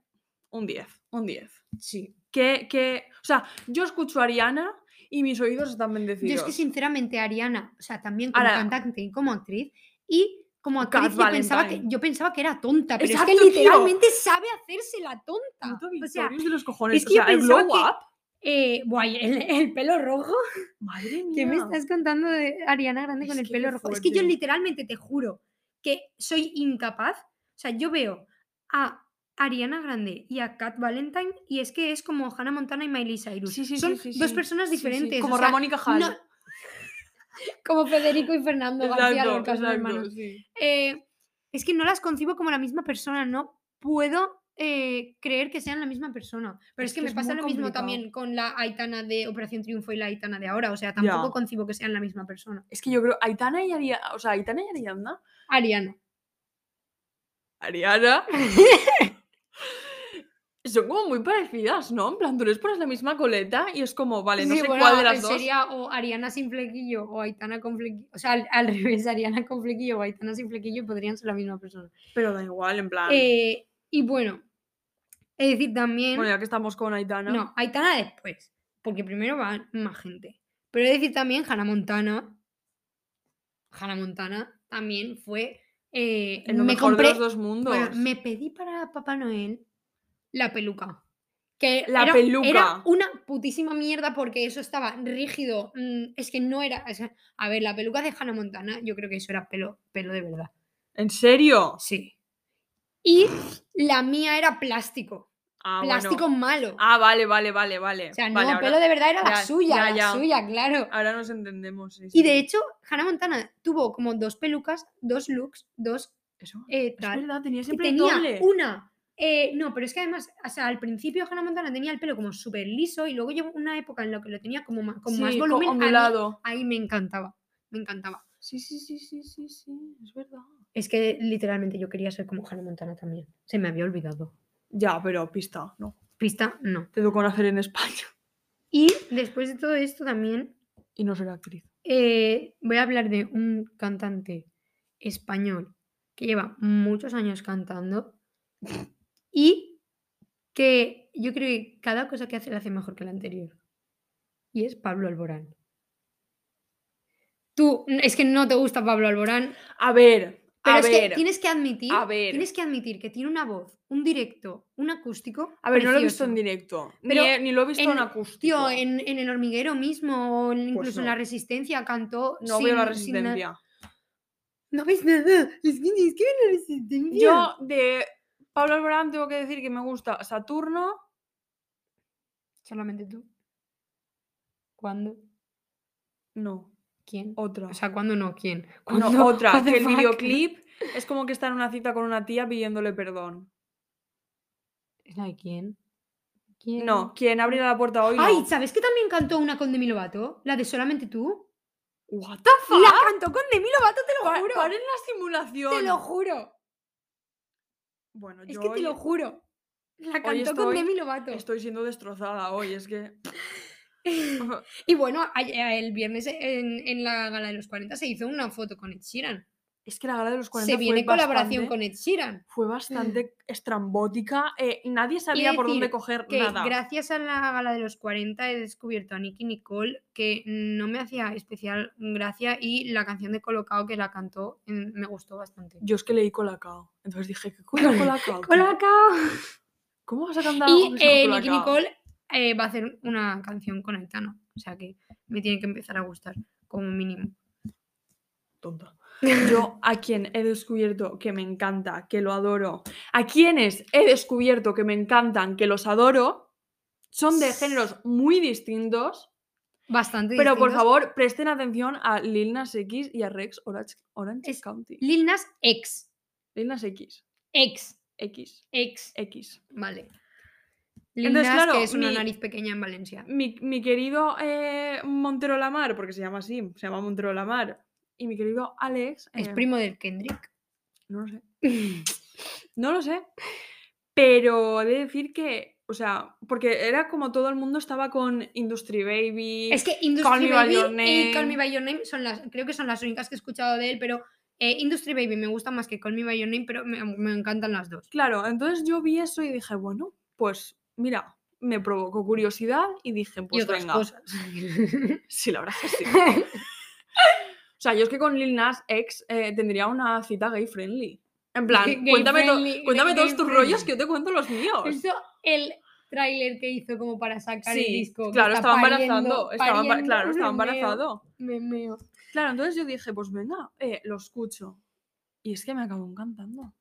Speaker 1: un 10, un 10.
Speaker 2: sí.
Speaker 1: Que, que, o sea, yo escucho a Ariana y mis oídos están
Speaker 2: Yo
Speaker 1: bendecidos.
Speaker 2: es que sinceramente Ariana, o sea, también como
Speaker 1: Ahora-
Speaker 2: cantante y como actriz, y como
Speaker 1: Cat
Speaker 2: actriz yo pensaba, que,
Speaker 1: Valentine.
Speaker 2: yo pensaba que era tonta, pero
Speaker 1: Exacto,
Speaker 2: es
Speaker 1: tío.
Speaker 2: que literalmente sabe hacerse la tonta.
Speaker 1: Puto
Speaker 2: O sea,
Speaker 1: Victorious de los cojones.
Speaker 2: es
Speaker 1: O
Speaker 2: que yo
Speaker 1: sea, el
Speaker 2: pensaba
Speaker 1: glow
Speaker 2: que-
Speaker 1: up.
Speaker 2: eh, guay, el, el pelo rojo.
Speaker 1: Madre mía.
Speaker 2: ¿Qué me estás contando de Ariana Grande con
Speaker 1: Es
Speaker 2: el
Speaker 1: que
Speaker 2: pelo
Speaker 1: qué
Speaker 2: rojo? Es que yo
Speaker 1: fuerte.
Speaker 2: literalmente te juro que soy incapaz. O sea, yo veo a Ariana Grande y a Kat Valentine y es que es como Hannah Montana y Miley Cyrus.
Speaker 1: Sí, sí, sí,
Speaker 2: Son
Speaker 1: sí,
Speaker 2: dos
Speaker 1: sí.
Speaker 2: personas
Speaker 1: Sí, sí,
Speaker 2: diferentes. o
Speaker 1: Como
Speaker 2: sea,
Speaker 1: Ramón y Cajal.
Speaker 2: no- como Federico y Fernando García
Speaker 1: Exacto,
Speaker 2: Lorca, son
Speaker 1: exacto,
Speaker 2: hermanos.
Speaker 1: sí.
Speaker 2: Eh, es que no las concibo como la misma persona, no puedo eh, creer que sean la misma persona. Pero
Speaker 1: Es
Speaker 2: es, que,
Speaker 1: que
Speaker 2: me
Speaker 1: es
Speaker 2: pasa
Speaker 1: muy
Speaker 2: lo mismo
Speaker 1: complicado.
Speaker 2: también con la Aitana de Operación Triunfo y la Aitana de ahora. O sea, tampoco
Speaker 1: Ya.
Speaker 2: concibo que sean la misma persona.
Speaker 1: Es que yo creo, Aitana y Ariana, o sea, Aitana y Ariana.
Speaker 2: Ariana.
Speaker 1: Ariana. Son como muy parecidas, ¿no? En plan, tú les pones la misma coleta y es como, vale, no
Speaker 2: Sí,
Speaker 1: sé
Speaker 2: bueno,
Speaker 1: cuál de las dos.
Speaker 2: sería o Ariana sin flequillo o Aitana con flequillo. O sea, al, al revés, Ariana con flequillo o Aitana sin flequillo podrían ser la misma persona.
Speaker 1: Pero da igual, en plan.
Speaker 2: Eh, y bueno, es decir, también...
Speaker 1: Bueno, ya que estamos con Aitana.
Speaker 2: No, Aitana después. Porque primero va más gente. Pero he de decir también Hannah Montana. Hannah Montana también fue. eh,
Speaker 1: En lo
Speaker 2: me
Speaker 1: mejor
Speaker 2: compré.
Speaker 1: de los dos mundos.
Speaker 2: bueno, me pedí para Papá Noel la peluca. Que
Speaker 1: La
Speaker 2: era,
Speaker 1: peluca.
Speaker 2: Era una putísima mierda porque eso estaba rígido. mm, Es que no era. o sea, a ver, la peluca de Hannah Montana, yo creo que eso era pelo, pelo de verdad.
Speaker 1: ¿En serio?
Speaker 2: Sí. Y la mía era plástico.
Speaker 1: Ah, bueno.
Speaker 2: plástico malo.
Speaker 1: Ah, vale, vale, vale, vale.
Speaker 2: O sea,
Speaker 1: Vale,
Speaker 2: no,
Speaker 1: ahora,
Speaker 2: pelo de verdad era la
Speaker 1: ya,
Speaker 2: suya,
Speaker 1: ya,
Speaker 2: la
Speaker 1: ya. Ah.
Speaker 2: suya, claro.
Speaker 1: ahora nos entendemos. sí,
Speaker 2: Y
Speaker 1: sí.
Speaker 2: de hecho, Hannah Montana tuvo como dos pelucas, dos looks, dos
Speaker 1: Eso,
Speaker 2: eh,
Speaker 1: Es
Speaker 2: tal.
Speaker 1: verdad, tenía
Speaker 2: Y
Speaker 1: siempre el
Speaker 2: tenía
Speaker 1: doble.
Speaker 2: una. eh, no, pero es que además, o sea, al principio Hannah Montana tenía el pelo como súper liso y luego llegó una época en la que lo tenía como más, con más
Speaker 1: Sí, co-
Speaker 2: volumen. A mí-
Speaker 1: ondulado.
Speaker 2: Ahí me encantaba, me encantaba.
Speaker 1: Sí, sí, sí, sí, sí, sí, es verdad.
Speaker 2: Es que literalmente yo quería ser como Hannah Montana también. Se me había olvidado.
Speaker 1: Ya, pero pista, no.
Speaker 2: Pista, no.
Speaker 1: Te tocó nacer en España
Speaker 2: Y después de todo esto también
Speaker 1: y no ser actriz.
Speaker 2: Eh, voy a hablar de un cantante español que lleva muchos años cantando y que yo creo que cada cosa que hace la hace mejor que la anterior. Y es Pablo Alborán. Tú, n- es que no te gusta Pablo Alborán,
Speaker 1: A ver,
Speaker 2: pero
Speaker 1: a
Speaker 2: es
Speaker 1: ver.
Speaker 2: que tienes que admitir,
Speaker 1: a ver.
Speaker 2: tienes que admitir que tiene una voz, un directo, un acústico.
Speaker 1: A ver, no lo he visto en
Speaker 2: precioso.
Speaker 1: directo.
Speaker 2: Pero
Speaker 1: ni, he- ni lo he visto en,
Speaker 2: en-
Speaker 1: acústico.
Speaker 2: Tío, en, en el hormiguero mismo, o en- incluso en
Speaker 1: Pues no.
Speaker 2: la resistencia, cantó.
Speaker 1: no veo la
Speaker 2: sin- sin na-
Speaker 1: resistencia.
Speaker 2: No veis nada. Es que es que la resistencia.
Speaker 1: Yo de Pablo Alborán tengo que decir que me gusta Saturno.
Speaker 2: Solamente tú. ¿Cuándo?
Speaker 1: No,
Speaker 2: ¿Quién?
Speaker 1: otra.
Speaker 2: O sea, ¿cuándo no? ¿Quién?
Speaker 1: no,
Speaker 2: ¿Cuándo?
Speaker 1: otra.
Speaker 2: What the
Speaker 1: que el
Speaker 2: fuck?
Speaker 1: videoclip es como que está en una cita con una tía pidiéndole perdón.
Speaker 2: ¿Es la de quién? ¿Quién?
Speaker 1: No, quien abrirá la puerta hoy.
Speaker 2: Ay,
Speaker 1: no.
Speaker 2: ¿sabes que también cantó una con Demi Lovato? ¿La de Solamente tú?
Speaker 1: What the fuck?
Speaker 2: ¡La cantó con Demi Lovato, te lo
Speaker 1: Pa-
Speaker 2: juro!
Speaker 1: paren la simulación.
Speaker 2: ¡Te lo juro!
Speaker 1: Bueno,
Speaker 2: Es
Speaker 1: yo
Speaker 2: que te
Speaker 1: hoy
Speaker 2: lo juro. La cantó con
Speaker 1: estoy-
Speaker 2: Demi Lovato.
Speaker 1: estoy siendo destrozada hoy, es que
Speaker 2: Y bueno, a- a- el viernes en, en la gala de los 40 se hizo una foto con Ed Sheeran.
Speaker 1: es que la gala de los 40
Speaker 2: Se
Speaker 1: fue
Speaker 2: viene colaboración
Speaker 1: bastante-
Speaker 2: con Ed Sheeran.
Speaker 1: fue bastante estrambótica, eh, nadie sabía por dónde
Speaker 2: decir
Speaker 1: coger
Speaker 2: que
Speaker 1: nada.
Speaker 2: gracias a la gala de los 40 he descubierto a Nicky Nicole que no me hacía especial gracia y la canción de Colocao que la cantó mm, me gustó bastante.
Speaker 1: Yo es que leí Colacao, entonces dije, ¿qué coño es Colacao? tío?
Speaker 2: Colocao.
Speaker 1: ¿Cómo vas a cantar algo
Speaker 2: Y
Speaker 1: que se llama
Speaker 2: eh, Nicky
Speaker 1: Colacao?
Speaker 2: Nicole eh, va a hacer una canción con Aitana, o sea que me tiene que empezar a gustar como mínimo.
Speaker 1: Tonta. Yo a quien he descubierto que me encanta, que lo adoro, a quienes he descubierto que me encantan, que los adoro, son de géneros muy distintos.
Speaker 2: Bastante
Speaker 1: Pero por
Speaker 2: distintos.
Speaker 1: favor, presten atención a Lil Nas X y a Rex Orange, Orange
Speaker 2: Es-
Speaker 1: County.
Speaker 2: Lil Nas ex.
Speaker 1: Lil Nas X.
Speaker 2: Ex.
Speaker 1: X.
Speaker 2: Ex.
Speaker 1: X.
Speaker 2: Vale. Lil
Speaker 1: Entonces,
Speaker 2: Nas,
Speaker 1: claro,
Speaker 2: que es una
Speaker 1: mi-
Speaker 2: nariz pequeña en Valencia.
Speaker 1: Mi, mi querido eh, Montero Lamar, porque se llama así, se llama Montero Lamar. Y mi querido Alex.
Speaker 2: Es
Speaker 1: eh,
Speaker 2: primo del Kendrick.
Speaker 1: No lo sé. No lo sé. Pero he de decir que, o sea, porque era como todo el mundo estaba con Industry Baby.
Speaker 2: Es que Industry
Speaker 1: Me By
Speaker 2: Baby
Speaker 1: Your
Speaker 2: y Call
Speaker 1: Name.
Speaker 2: Me By Your Name son las, creo que son las únicas que he escuchado de él, pero eh, Industry Baby me gusta más que Call Me By Your Name, pero me, me encantan las dos.
Speaker 1: Claro, entonces yo vi eso y dije, bueno, pues mira, me provocó curiosidad y dije,
Speaker 2: y
Speaker 1: pues
Speaker 2: otras
Speaker 1: venga.
Speaker 2: cosas.
Speaker 1: Sí, la verdad es que sí. O sea, yo es que con Lil Nas X eh, tendría una cita gay friendly. En plan,
Speaker 2: Gay
Speaker 1: cuéntame, to-
Speaker 2: friendly,
Speaker 1: cuéntame
Speaker 2: gay
Speaker 1: todos tus
Speaker 2: friendly.
Speaker 1: rollos que yo te cuento los míos.
Speaker 2: Eso, el tráiler que hizo como para sacar el
Speaker 1: Sí,
Speaker 2: disco. que
Speaker 1: claro,
Speaker 2: está
Speaker 1: estaba
Speaker 2: pariendo,
Speaker 1: embarazando. Estaba emba-
Speaker 2: pariendo,
Speaker 1: claro, estaba
Speaker 2: me meo,
Speaker 1: embarazado.
Speaker 2: Me meo.
Speaker 1: Claro, entonces yo dije, pues venga, eh, lo escucho. Y es que me acabó encantando.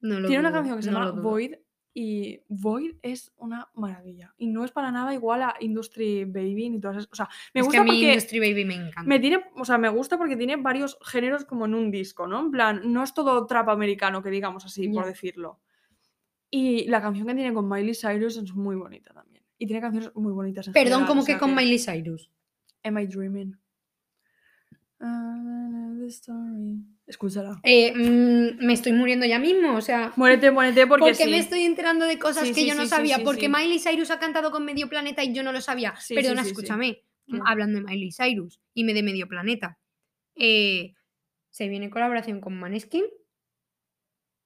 Speaker 2: No lo
Speaker 1: Tiene una
Speaker 2: dudo,
Speaker 1: canción que se
Speaker 2: no lo
Speaker 1: llama
Speaker 2: dudo.
Speaker 1: Void y Void es una maravilla. Y no es para nada igual a Industry Baby ni todas esas. O sea, me
Speaker 2: es que
Speaker 1: gusta
Speaker 2: a mí
Speaker 1: porque
Speaker 2: Industry Baby me encanta.
Speaker 1: me tiene, o sea, me gusta porque tiene varios géneros como en un disco, ¿no? En plan, no es todo trap americano que digamos así, por
Speaker 2: Ya.
Speaker 1: decirlo. Y la canción que tiene con Miley Cyrus es muy bonita también. Y tiene canciones muy bonitas. en
Speaker 2: Perdón,
Speaker 1: general,
Speaker 2: como
Speaker 1: o
Speaker 2: que
Speaker 1: sea
Speaker 2: con Miley Cyrus.
Speaker 1: Am I Dreaming? Ah, the story. Escúchala.
Speaker 2: Eh, mm, me estoy muriendo ya mismo, o sea.
Speaker 1: Muérete, muérete porque,
Speaker 2: Porque,
Speaker 1: sí.
Speaker 2: me estoy enterando de cosas
Speaker 1: Sí,
Speaker 2: que
Speaker 1: sí,
Speaker 2: yo no
Speaker 1: sí, sí,
Speaker 2: sabía.
Speaker 1: sí,
Speaker 2: porque
Speaker 1: sí.
Speaker 2: Miley Cyrus ha cantado con Medio Planeta y yo no lo sabía.
Speaker 1: Sí, sí,
Speaker 2: Perdona,
Speaker 1: sí, sí.
Speaker 2: escúchame.
Speaker 1: Claro.
Speaker 2: Hablando de Miley Cyrus y me de Medio Planeta. eh, se viene colaboración con Maneskin.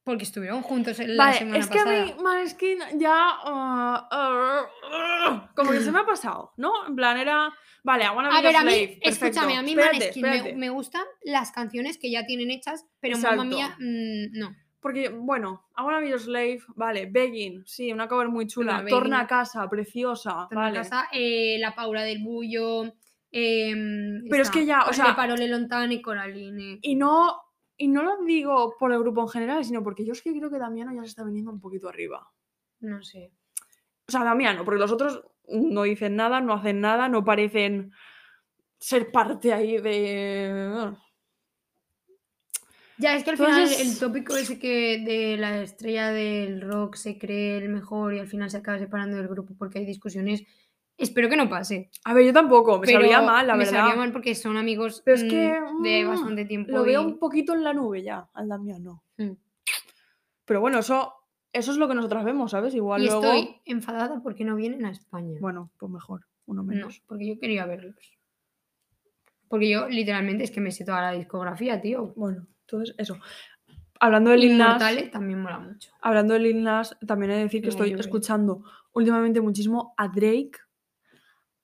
Speaker 2: Porque estuvieron juntos en la
Speaker 1: Vale,
Speaker 2: semana
Speaker 1: es que
Speaker 2: pasada.
Speaker 1: a mí Maneskin ya... ah, ah, ah, como que se me ha pasado, ¿no? En plan era... Vale, I wanna be
Speaker 2: A ver,
Speaker 1: your
Speaker 2: a mí,
Speaker 1: slave, perfecto.
Speaker 2: escúchame, a mí
Speaker 1: Espérate,
Speaker 2: Maneskin me-
Speaker 1: espérate.
Speaker 2: Me, gustan las canciones que ya tienen hechas, pero mamá
Speaker 1: Exacto.
Speaker 2: mía, mm, no.
Speaker 1: Porque, bueno, I wanna be your slave, vale, begging, sí, una cover muy chula.
Speaker 2: Bueno,
Speaker 1: Torna
Speaker 2: Begging.
Speaker 1: a casa, preciosa,
Speaker 2: Torna a
Speaker 1: vale.
Speaker 2: casa, eh, la Paura del Bullo. em,
Speaker 1: Pero es
Speaker 2: esta,
Speaker 1: que ya, o
Speaker 2: Cole
Speaker 1: sea-
Speaker 2: Parole Lontane, Coraline.
Speaker 1: Y no... Y no lo digo por el grupo en general, sino porque yo es que creo que Damiano ya se está viniendo un poquito arriba.
Speaker 2: No sé.
Speaker 1: O sea, Damiano, porque los otros no dicen nada, no hacen nada, no parecen ser parte ahí de. ah,
Speaker 2: Ya, es que al
Speaker 1: Entonces-
Speaker 2: final el tópico ese que de la estrella del rock se cree el mejor y al final se acaba separando del grupo porque hay discusiones. Espero que no pase.
Speaker 1: A ver, yo tampoco, me
Speaker 2: pero
Speaker 1: sabría mal, la
Speaker 2: me
Speaker 1: verdad.
Speaker 2: sabría mal porque son amigos
Speaker 1: Pero es
Speaker 2: mm,
Speaker 1: que,
Speaker 2: de
Speaker 1: mm,
Speaker 2: bastante tiempo.
Speaker 1: Lo veo
Speaker 2: y-
Speaker 1: un poquito en la nube ya, al Damiano.
Speaker 2: Mm.
Speaker 1: Pero bueno, eso, eso es lo que nosotras vemos, ¿sabes? Igual
Speaker 2: Y
Speaker 1: luego.
Speaker 2: estoy enfadada porque no vienen a España.
Speaker 1: Bueno, pues mejor, uno
Speaker 2: no,
Speaker 1: menos.
Speaker 2: porque yo quería verlos. Porque yo literalmente es que me sé toda la discografía, tío.
Speaker 1: Bueno, entonces, eso. Hablando de Lil Nas,
Speaker 2: Inmortales también mola mucho.
Speaker 1: hablando de Lil Nas, también he de decir que
Speaker 2: Venga,
Speaker 1: estoy
Speaker 2: Yuri.
Speaker 1: escuchando últimamente muchísimo a Drake.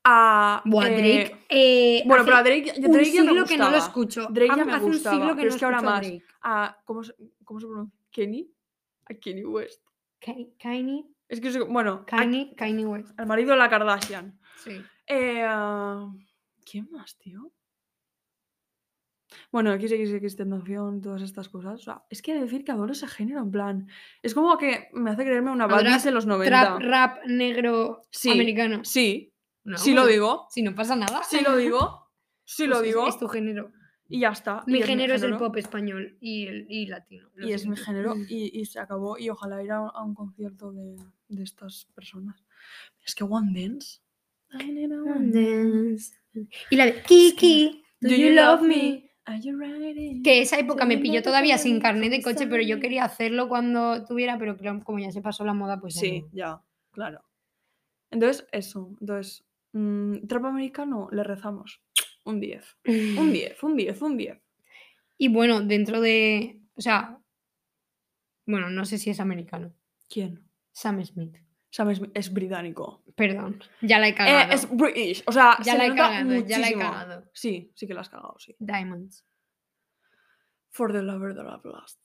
Speaker 1: A.
Speaker 2: Buah,
Speaker 1: eh,
Speaker 2: Drake. eh,
Speaker 1: Bueno,
Speaker 2: hace
Speaker 1: pero a Drake,
Speaker 2: un
Speaker 1: Drake ya me
Speaker 2: siglo que no lo
Speaker 1: gustaba.
Speaker 2: escucho.
Speaker 1: Drake ya
Speaker 2: Hace-
Speaker 1: me
Speaker 2: hace un
Speaker 1: gustaba,
Speaker 2: siglo que
Speaker 1: pero
Speaker 2: no
Speaker 1: es que ahora
Speaker 2: escucho a
Speaker 1: más.
Speaker 2: Drake.
Speaker 1: a ¿cómo se, cómo se pronuncia? Kenny, a Kenny West.
Speaker 2: Ki- Kanye,
Speaker 1: Es que soy- bueno, a-
Speaker 2: Kanye, Kanye West.
Speaker 1: al marido de la Kardashian.
Speaker 2: Sí.
Speaker 1: Eh, ah, ¿Quién más, tío? Bueno, XXX tentación, todas estas cosas. O sea, es que he de decir que adoro ese género, en plan. Es como que me hace creerme una
Speaker 2: Adoras
Speaker 1: banda de los 90.
Speaker 2: Trap, rap negro
Speaker 1: Sí,
Speaker 2: americano.
Speaker 1: Sí,
Speaker 2: No,
Speaker 1: sí lo
Speaker 2: pues,
Speaker 1: digo.
Speaker 2: Si no pasa nada.
Speaker 1: Sí lo digo. Sí lo
Speaker 2: Pues es-
Speaker 1: digo.
Speaker 2: Es, tu género.
Speaker 1: Y ya está. y
Speaker 2: Mi
Speaker 1: es
Speaker 2: género es el
Speaker 1: género.
Speaker 2: pop español y, el, y latino. lo
Speaker 1: y es mi
Speaker 2: siento.
Speaker 1: género y, y se acabó y ojalá ir a, a un concierto de, de estas personas. Es que One Dance. I need a One Dance.
Speaker 2: Y la de Kiki,
Speaker 1: Do you love me? Are you ready?
Speaker 2: Que esa época me
Speaker 1: Do you
Speaker 2: pilló
Speaker 1: love
Speaker 2: todavía
Speaker 1: me?
Speaker 2: sin carnet de coche, pero yo
Speaker 1: Sorry.
Speaker 2: quería hacerlo cuando tuviera, pero claro, como ya se pasó la moda, pues ya
Speaker 1: Sí,
Speaker 2: no.
Speaker 1: ya, claro. Entonces, eso. Entonces, mm, trap americano, le rezamos. Un 10. Un 10, un 10, un 10.
Speaker 2: Y bueno, dentro de. O sea. Bueno, no sé si es americano.
Speaker 1: ¿Quién?
Speaker 2: Sam Smith.
Speaker 1: ¿Sabes? Es británico.
Speaker 2: Perdón. Ya la he
Speaker 1: Eh,
Speaker 2: cagado.
Speaker 1: es British. O sea,
Speaker 2: ya
Speaker 1: se
Speaker 2: la
Speaker 1: le
Speaker 2: he
Speaker 1: nota
Speaker 2: cagado, ya la he
Speaker 1: muchísimo.
Speaker 2: cagado.
Speaker 1: Sí, sí que la has cagado, sí.
Speaker 2: Diamonds.
Speaker 1: For the lover that I've lost.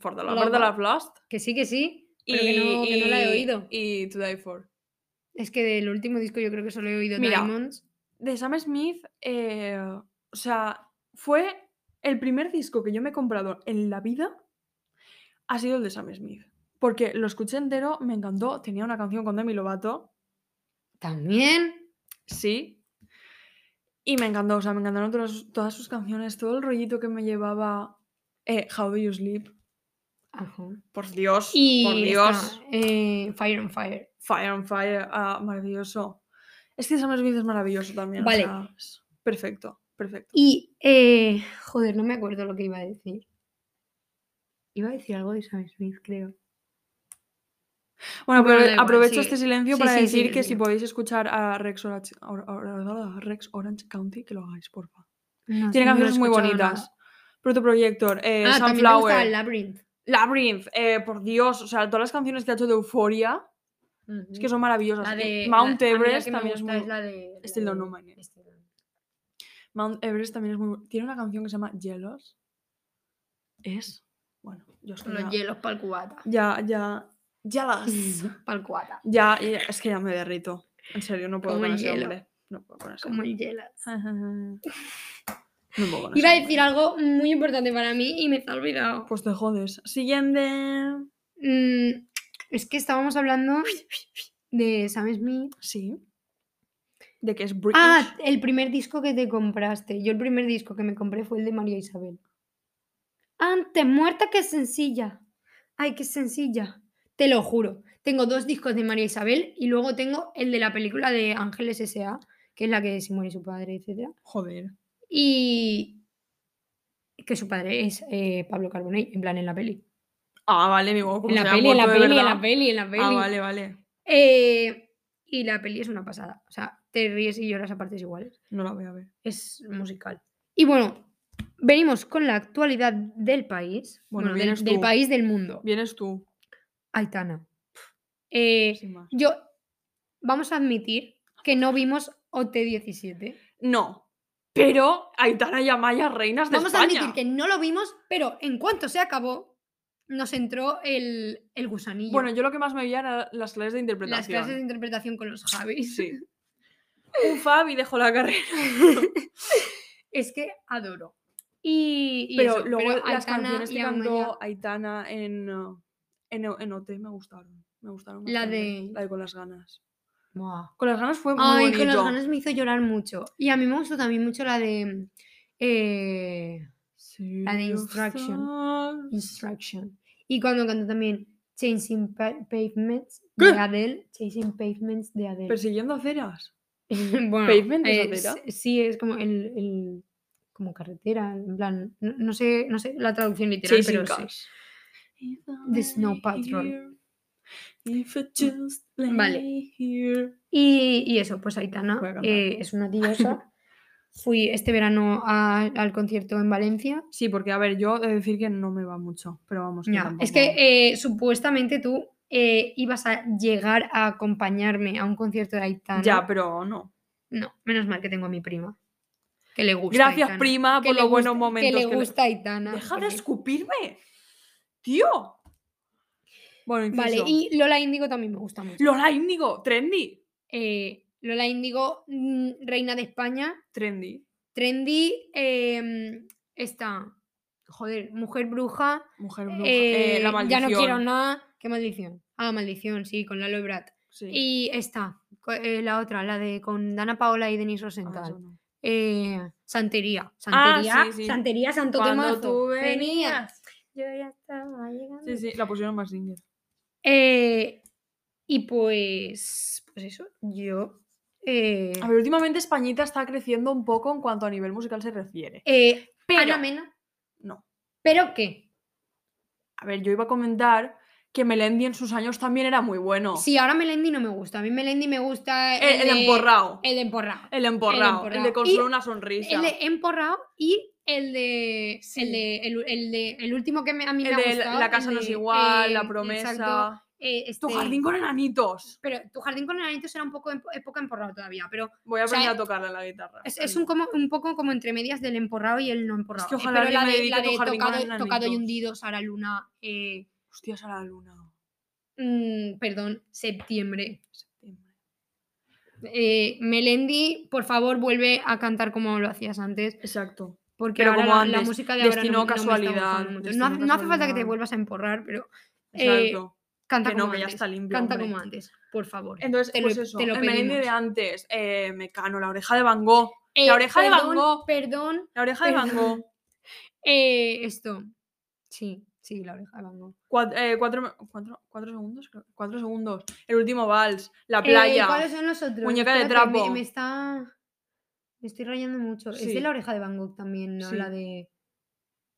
Speaker 1: For the lover
Speaker 2: Lover.
Speaker 1: that I've lost.
Speaker 2: Que sí, que sí. Pero que, no, que no la he
Speaker 1: y-
Speaker 2: oído.
Speaker 1: Y To Die For.
Speaker 2: Es que del último disco yo creo que solo he oído
Speaker 1: Mira,
Speaker 2: Diamonds.
Speaker 1: De Sam Smith, eh, o sea, fue El primer disco que yo me he comprado en la vida ha sido el de Sam Smith. Porque lo escuché entero, me encantó. Tenía una canción con Demi Lovato,
Speaker 2: También.
Speaker 1: sí. Y me encantó, o sea, me encantaron todas, todas sus canciones, todo el rollito que me llevaba eh, How Do You Sleep.
Speaker 2: Ajá.
Speaker 1: Por Dios,
Speaker 2: Y
Speaker 1: por Dios.
Speaker 2: esta, eh, Fire on Fire.
Speaker 1: Fire on Fire, ah, maravilloso. Es que Sam Smith es maravilloso también. o
Speaker 2: Vale.
Speaker 1: sea, es perfecto, perfecto.
Speaker 2: Y, eh, joder, no me acuerdo lo que iba a decir. Iba a decir algo de Sam Smith, creo.
Speaker 1: Bueno,
Speaker 2: Bueno,
Speaker 1: aprove-
Speaker 2: da igual,
Speaker 1: aprovecho
Speaker 2: sigue.
Speaker 1: este silencio
Speaker 2: Sí,
Speaker 1: para
Speaker 2: sí,
Speaker 1: decir
Speaker 2: sigue,
Speaker 1: que si
Speaker 2: sigue.
Speaker 1: podéis escuchar a Rex Orange, or- or- or- Rex Orange County, que lo hagáis, porfa. Tiene canciones muy bonitas. Proto Projector, eh,
Speaker 2: Ah, también me gusta el
Speaker 1: Sunflower,
Speaker 2: Labyrinth.
Speaker 1: Labyrinth, eh, por Dios, o sea, todas las canciones que ha hecho de Euforia es que son maravillosas.
Speaker 2: Mm. La
Speaker 1: eh,
Speaker 2: de,
Speaker 1: Mount
Speaker 2: la- a mí la
Speaker 1: Everest
Speaker 2: que me
Speaker 1: también es
Speaker 2: gusta
Speaker 1: muy. eh.
Speaker 2: la de... la
Speaker 1: Still Don't
Speaker 2: de
Speaker 1: Know My Name.
Speaker 2: Still Don't Know.
Speaker 1: Mount Everest también es muy. bu- Tiene una canción que se llama Jealous. Es. Bueno, yo estoy.
Speaker 2: Con los
Speaker 1: ya-
Speaker 2: hielos para el cubata.
Speaker 1: Ya, ya. Jealous.
Speaker 2: Para el cubata.
Speaker 1: ya, ya, es que ya me derrito. En serio, no puedo
Speaker 2: Como
Speaker 1: con
Speaker 2: el
Speaker 1: ese
Speaker 2: hielo.
Speaker 1: hombre. No puedo con ese
Speaker 2: Como
Speaker 1: hombre.
Speaker 2: el hielo.
Speaker 1: no puedo con ese
Speaker 2: Iba a
Speaker 1: hombre.
Speaker 2: decir algo muy importante para mí y me está olvidado.
Speaker 1: Pues te jodes. Siguiente.
Speaker 2: Mm, es que estábamos hablando de Sam Smith.
Speaker 1: Sí. De que es British.
Speaker 2: Ah, el primer disco que te compraste. Yo el primer disco que me compré fue el de María Isabel. Antes muerta que sencilla. Ay, qué sencilla. Te lo juro. Tengo dos discos de María Isabel y luego tengo el de la película de Ángeles S.A., que es la que se muere su padre, etcétera.
Speaker 1: Joder.
Speaker 2: Y que su padre es eh, Pablo Carbonell, en plan en la peli.
Speaker 1: Ah, vale, mi huevo. como
Speaker 2: En la
Speaker 1: se haya
Speaker 2: peli, en la
Speaker 1: muerto de
Speaker 2: peli, en la
Speaker 1: verdad.
Speaker 2: peli, en la peli.
Speaker 1: Ah, vale, vale.
Speaker 2: Eh, y la peli es una pasada. O sea, te ríes y lloras a partes iguales.
Speaker 1: No la voy a ver.
Speaker 2: Es musical. Y bueno, venimos con la actualidad del país.
Speaker 1: Bueno,
Speaker 2: Bueno, del,
Speaker 1: vienes
Speaker 2: del
Speaker 1: tú.
Speaker 2: país del mundo.
Speaker 1: Vienes tú.
Speaker 2: Aitana. Eh,
Speaker 1: sin más.
Speaker 2: yo. Vamos a admitir que no vimos OT17.
Speaker 1: No. Pero Aitana y Amaya, reinas de
Speaker 2: Vamos a
Speaker 1: España.
Speaker 2: admitir que no lo vimos, pero en cuanto se acabó, nos entró el, el gusanillo.
Speaker 1: Bueno, yo lo que más me veía era las clases de
Speaker 2: las
Speaker 1: interpretación.
Speaker 2: clases de interpretación con los Javis.
Speaker 1: Sí. Un Fabi dejó la carrera.
Speaker 2: Es que adoro. Y, y
Speaker 1: pero
Speaker 2: eso,
Speaker 1: luego
Speaker 2: pero
Speaker 1: las
Speaker 2: Aitana
Speaker 1: canciones que
Speaker 2: y Amaya-
Speaker 1: cantó Aitana en, uh, en, O- en OT me gustaron. Me gustaron
Speaker 2: La
Speaker 1: bastante.
Speaker 2: de-
Speaker 1: La de Con las ganas.
Speaker 2: Buah.
Speaker 1: Con las ganas fue muy
Speaker 2: Ay,
Speaker 1: bonito.
Speaker 2: con los ganas me hizo llorar mucho. Y a mí me gustó también mucho la de eh, la de Instruction. Instruction. Y cuando cantó también Chasing Pa- Pavements
Speaker 1: ¿Qué?
Speaker 2: de Adele. Chasing Pavements de Adele.
Speaker 1: Persiguiendo aceras.
Speaker 2: bueno, eh,
Speaker 1: ¿Pavement es acera?
Speaker 2: s- Sí, es como el, el- como carretera, en plan, no, no sé, no sé la traducción literal,
Speaker 1: Chasing
Speaker 2: pero sí.
Speaker 1: cars. If
Speaker 2: The
Speaker 1: I
Speaker 2: Snow
Speaker 1: lay
Speaker 2: Patrol.
Speaker 1: here, if I just lay
Speaker 2: Vale.
Speaker 1: here.
Speaker 2: Y, y eso, pues Aitana
Speaker 1: Voy a cantar.
Speaker 2: eh, es una diosa. Fui este verano a- al concierto en Valencia.
Speaker 1: Sí, porque a ver, yo he de decir que no me va mucho, pero vamos. que
Speaker 2: Ya,
Speaker 1: tampoco-
Speaker 2: es que eh, supuestamente tú eh, ibas a llegar a acompañarme a un concierto de Aitana.
Speaker 1: Ya, pero no.
Speaker 2: No, menos mal que tengo a mi prima. Que le gusta.
Speaker 1: Gracias,
Speaker 2: Aitana.
Speaker 1: prima,
Speaker 2: Que
Speaker 1: por
Speaker 2: le
Speaker 1: los buenos
Speaker 2: gusta-
Speaker 1: momentos.
Speaker 2: Que le gusta Aitana.
Speaker 1: ¡Deja de
Speaker 2: porque-
Speaker 1: escupirme! ¡Tío! Bueno, inciso.
Speaker 2: Vale, y Lola Índigo también me gusta mucho.
Speaker 1: Lola Índigo, trendy.
Speaker 2: Eh, Lola Índigo, mm, reina de España.
Speaker 1: Trendy.
Speaker 2: Trendy, em, esta, joder, mujer bruja.
Speaker 1: Mujer bruja. Eh, la
Speaker 2: eh,
Speaker 1: maldición.
Speaker 2: Ya no quiero nada. ¿Qué maldición? Ah, maldición, sí, con Lalo Brat.
Speaker 1: Sí. Ah,
Speaker 2: Y esta, co- eh, la otra, la de con Dana Paola y
Speaker 1: Ah,
Speaker 2: Denise Rosenthal.
Speaker 1: eso no.
Speaker 2: Eh, santería.
Speaker 1: Ah,
Speaker 2: Santería,
Speaker 1: sí, sí.
Speaker 2: santería, santo
Speaker 1: Cuando
Speaker 2: temazo.
Speaker 1: tú
Speaker 2: Venía.
Speaker 1: venías.
Speaker 2: Yo ya estaba llegando.
Speaker 1: Sí, sí, la pusieron más singer.
Speaker 2: Eh, y pues, pues eso, yo. eh,
Speaker 1: A ver, últimamente Españita está creciendo un poco en cuanto a nivel musical se refiere.
Speaker 2: eh,
Speaker 1: Pero-
Speaker 2: Ana Mena,
Speaker 1: No.
Speaker 2: ¿pero qué?
Speaker 1: A ver, yo iba a comentar que Melendi en sus años también era muy bueno.
Speaker 2: Sí, ahora Melendi no me gusta. A mí Melendi me gusta
Speaker 1: El, el
Speaker 2: de-
Speaker 1: emporrao. El,
Speaker 2: El de emporrado.
Speaker 1: emporrao. El, de
Speaker 2: emporrao.
Speaker 1: construir
Speaker 2: Y
Speaker 1: una sonrisa.
Speaker 2: El de emporrado y el de.
Speaker 1: Sí.
Speaker 2: El, de el, el de- el último que me- a mí
Speaker 1: El
Speaker 2: me ha
Speaker 1: de
Speaker 2: gustado.
Speaker 1: la casa
Speaker 2: el
Speaker 1: no es
Speaker 2: de,
Speaker 1: igual,
Speaker 2: eh,
Speaker 1: la
Speaker 2: exacto,
Speaker 1: promesa.
Speaker 2: eh,
Speaker 1: Tu
Speaker 2: este-
Speaker 1: jardín con enanitos.
Speaker 2: Pero tu jardín con enanitos era un poco empo- época emporrado todavía, pero
Speaker 1: Voy a
Speaker 2: O sea,
Speaker 1: aprender a tocarla en la guitarra.
Speaker 2: es, es
Speaker 1: Algo.
Speaker 2: un, como, un poco como entre medias del emporrado y el no emporrado.
Speaker 1: que
Speaker 2: Eh,
Speaker 1: ojalá
Speaker 2: pero
Speaker 1: alguien
Speaker 2: la
Speaker 1: me
Speaker 2: de, la
Speaker 1: dedique tu
Speaker 2: de
Speaker 1: jardín con
Speaker 2: tocado, tocado y
Speaker 1: enanitos.
Speaker 2: hundido, Sara Luna, eh,
Speaker 1: Hostias a la luna.
Speaker 2: mm, perdón, septiembre.
Speaker 1: septiembre.
Speaker 2: Eh, Melendi, por favor, vuelve a cantar como lo hacías antes.
Speaker 1: Exacto.
Speaker 2: Porque
Speaker 1: Pero
Speaker 2: ahora
Speaker 1: como
Speaker 2: la, la
Speaker 1: antes,
Speaker 2: música de ahora no-
Speaker 1: destino
Speaker 2: no me está gustando
Speaker 1: casualidad,
Speaker 2: mucho. No
Speaker 1: destino
Speaker 2: hace- no hace falta que te
Speaker 1: casualidad.
Speaker 2: vuelvas a emporrar, pero eh,
Speaker 1: Exacto.
Speaker 2: canta
Speaker 1: que no,
Speaker 2: como
Speaker 1: que ya
Speaker 2: antes.
Speaker 1: está limpio.
Speaker 2: Canta
Speaker 1: hombre.
Speaker 2: como antes, por favor.
Speaker 1: Entonces,
Speaker 2: Te lo-
Speaker 1: pues eso,
Speaker 2: te lo
Speaker 1: el merengue de
Speaker 2: pedimos.
Speaker 1: antes, eh, Mecano, la oreja de Van Gogh, la
Speaker 2: Eh,
Speaker 1: oreja de Van
Speaker 2: perdón,
Speaker 1: Gogh.
Speaker 2: Perdón.
Speaker 1: la oreja de Van
Speaker 2: perdón.
Speaker 1: Gogh,
Speaker 2: Eh, esto. Sí, sí, la oreja de Van Gogh.
Speaker 1: cuat- eh, cuatro, me- cuatro- cuatro segundos, creo, cuatro segundos, el último vals, la
Speaker 2: Eh,
Speaker 1: playa,
Speaker 2: ¿Cuáles son los otros?
Speaker 1: Muñeca de
Speaker 2: Espérate, me-
Speaker 1: trapo.
Speaker 2: Me, está. Me estoy rayando mucho. Es
Speaker 1: Sí.
Speaker 2: de la oreja de Van Gogh también, ¿no?
Speaker 1: Sí. Eh,
Speaker 2: La de.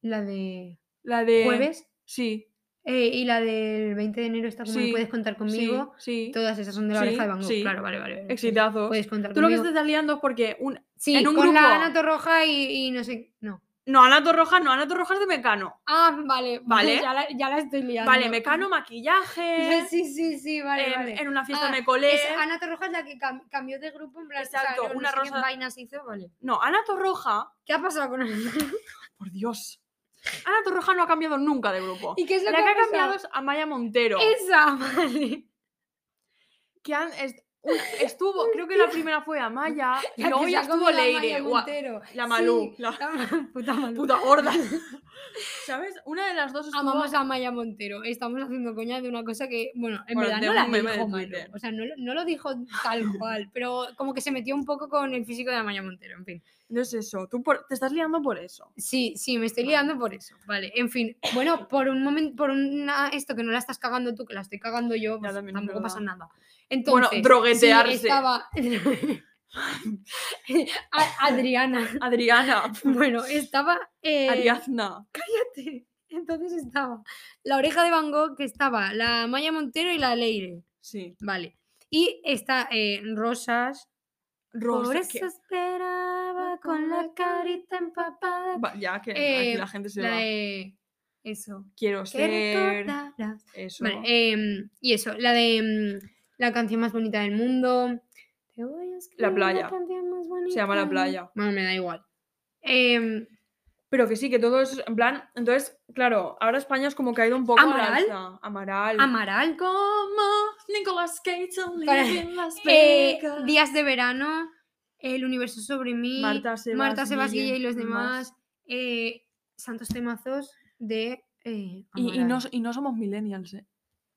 Speaker 2: La de.
Speaker 1: la de...
Speaker 2: Jueves.
Speaker 1: Sí,
Speaker 2: eh, y la del 20 de enero está como
Speaker 1: Sí,
Speaker 2: "Me puedes contar conmigo.
Speaker 1: sí, sí,
Speaker 2: Todas esas son de la oreja
Speaker 1: sí,
Speaker 2: de Van Gogh.
Speaker 1: sí.
Speaker 2: Claro, vale, vale. vale, pues,
Speaker 1: exitazos.
Speaker 2: Puedes contar
Speaker 1: Tú lo que
Speaker 2: conmigo.
Speaker 1: estás liando es porque un...
Speaker 2: Sí,
Speaker 1: en un
Speaker 2: con
Speaker 1: grupo.
Speaker 2: la Ana Torroja y, y no sé. No.
Speaker 1: No, Ana Torroja no, Ana Torroja es de Mecano.
Speaker 2: Ah, vale.
Speaker 1: Vale.
Speaker 2: Ya la, ya la estoy liando.
Speaker 1: Vale, Mecano, maquillaje,
Speaker 2: Sí, sí, sí, vale.
Speaker 1: em,
Speaker 2: vale.
Speaker 1: en una fiesta
Speaker 2: Ah,
Speaker 1: me colé...
Speaker 2: Es Ana Torroja es la que cam- cambió de grupo en plan. o sea,
Speaker 1: Exacto,
Speaker 2: no- no
Speaker 1: una
Speaker 2: sé qué
Speaker 1: rosa-
Speaker 2: vainas hizo, vale.
Speaker 1: No, Ana Torroja,
Speaker 2: ¿Qué ha pasado con Ana Torroja?
Speaker 1: por Dios, Ana Torroja no ha cambiado nunca de grupo.
Speaker 2: ¿Y qué es lo
Speaker 1: La
Speaker 2: que
Speaker 1: que ha
Speaker 2: pasado?
Speaker 1: cambiado es Amaya Montero.
Speaker 2: Esa, vale.
Speaker 1: que han- est- una- estuvo, creo que la primera fue Amaya, y
Speaker 2: La
Speaker 1: luego
Speaker 2: que
Speaker 1: ya
Speaker 2: se ha comido
Speaker 1: estuvo
Speaker 2: a Maya
Speaker 1: Leire, guau,
Speaker 2: Montero.
Speaker 1: la
Speaker 2: Sí,
Speaker 1: Malú, la
Speaker 2: la ma- puta Malú.
Speaker 1: puta gorda. ¿Sabes? Una de las dos estuvo...
Speaker 2: Amamos a Maya Montero. Estamos haciendo coña de una cosa que, bueno, en
Speaker 1: Bueno, de
Speaker 2: verdad no
Speaker 1: un
Speaker 2: la
Speaker 1: meme de
Speaker 2: dijo Malú.
Speaker 1: Twitter.
Speaker 2: O sea, no, lo- no lo dijo tal cual, pero como que se metió un poco con el físico de Maya Montero, en fin.
Speaker 1: Entonces eso, tú por- te estás liando por eso.
Speaker 2: Sí, sí, me estoy liando por eso. Vale, en fin. Bueno, por un momento, por una, esto que no la estás cagando tú, que la estoy cagando yo, pues
Speaker 1: también es
Speaker 2: tampoco pasa
Speaker 1: verdad.
Speaker 2: nada. Entonces, sí,
Speaker 1: droguetearse.
Speaker 2: estaba... A- Adriana.
Speaker 1: Adriana,
Speaker 2: Bueno, estaba. eh,
Speaker 1: Ariadna,
Speaker 2: cállate. Entonces estaba la oreja de Van Gogh, que estaba la Maya Montero y la Leire.
Speaker 1: sí.
Speaker 2: Vale. Y está eh, Rosas.
Speaker 1: Rosa,
Speaker 2: Por
Speaker 1: que-
Speaker 2: eso esperaba con la carita empapada.
Speaker 1: Va, ya que
Speaker 2: Eh,
Speaker 1: aquí la gente se
Speaker 2: la
Speaker 1: va.
Speaker 2: de. Eso.
Speaker 1: Quiero
Speaker 2: Que
Speaker 1: ser...
Speaker 2: recordarás.
Speaker 1: Eso.
Speaker 2: Vale, em, y eso, la de em, la canción más bonita del mundo. Te voy a escribir
Speaker 1: playa.
Speaker 2: canción más
Speaker 1: Se llama
Speaker 2: bonita
Speaker 1: La
Speaker 2: del
Speaker 1: Playa.
Speaker 2: mundo. Bueno, me da igual. Em,
Speaker 1: Pero que sí, que todo es... En plan, entonces, claro, ahora España es como que ha ido un poco al
Speaker 2: ¿Amaral?
Speaker 1: alza. Amaral.
Speaker 2: Amaral.
Speaker 1: Como Nicolas Cage only
Speaker 2: Para-
Speaker 1: in Las
Speaker 2: Eh,
Speaker 1: Vegas.
Speaker 2: días de verano, El universo sobre mí,
Speaker 1: Marta Sebas,
Speaker 2: Marta Sebas
Speaker 1: Guille,
Speaker 2: Guille y los
Speaker 1: más.
Speaker 2: demás, eh, santos temazos de... eh,
Speaker 1: Y, y
Speaker 2: Amaral.
Speaker 1: no, y no somos millennials, ¿eh?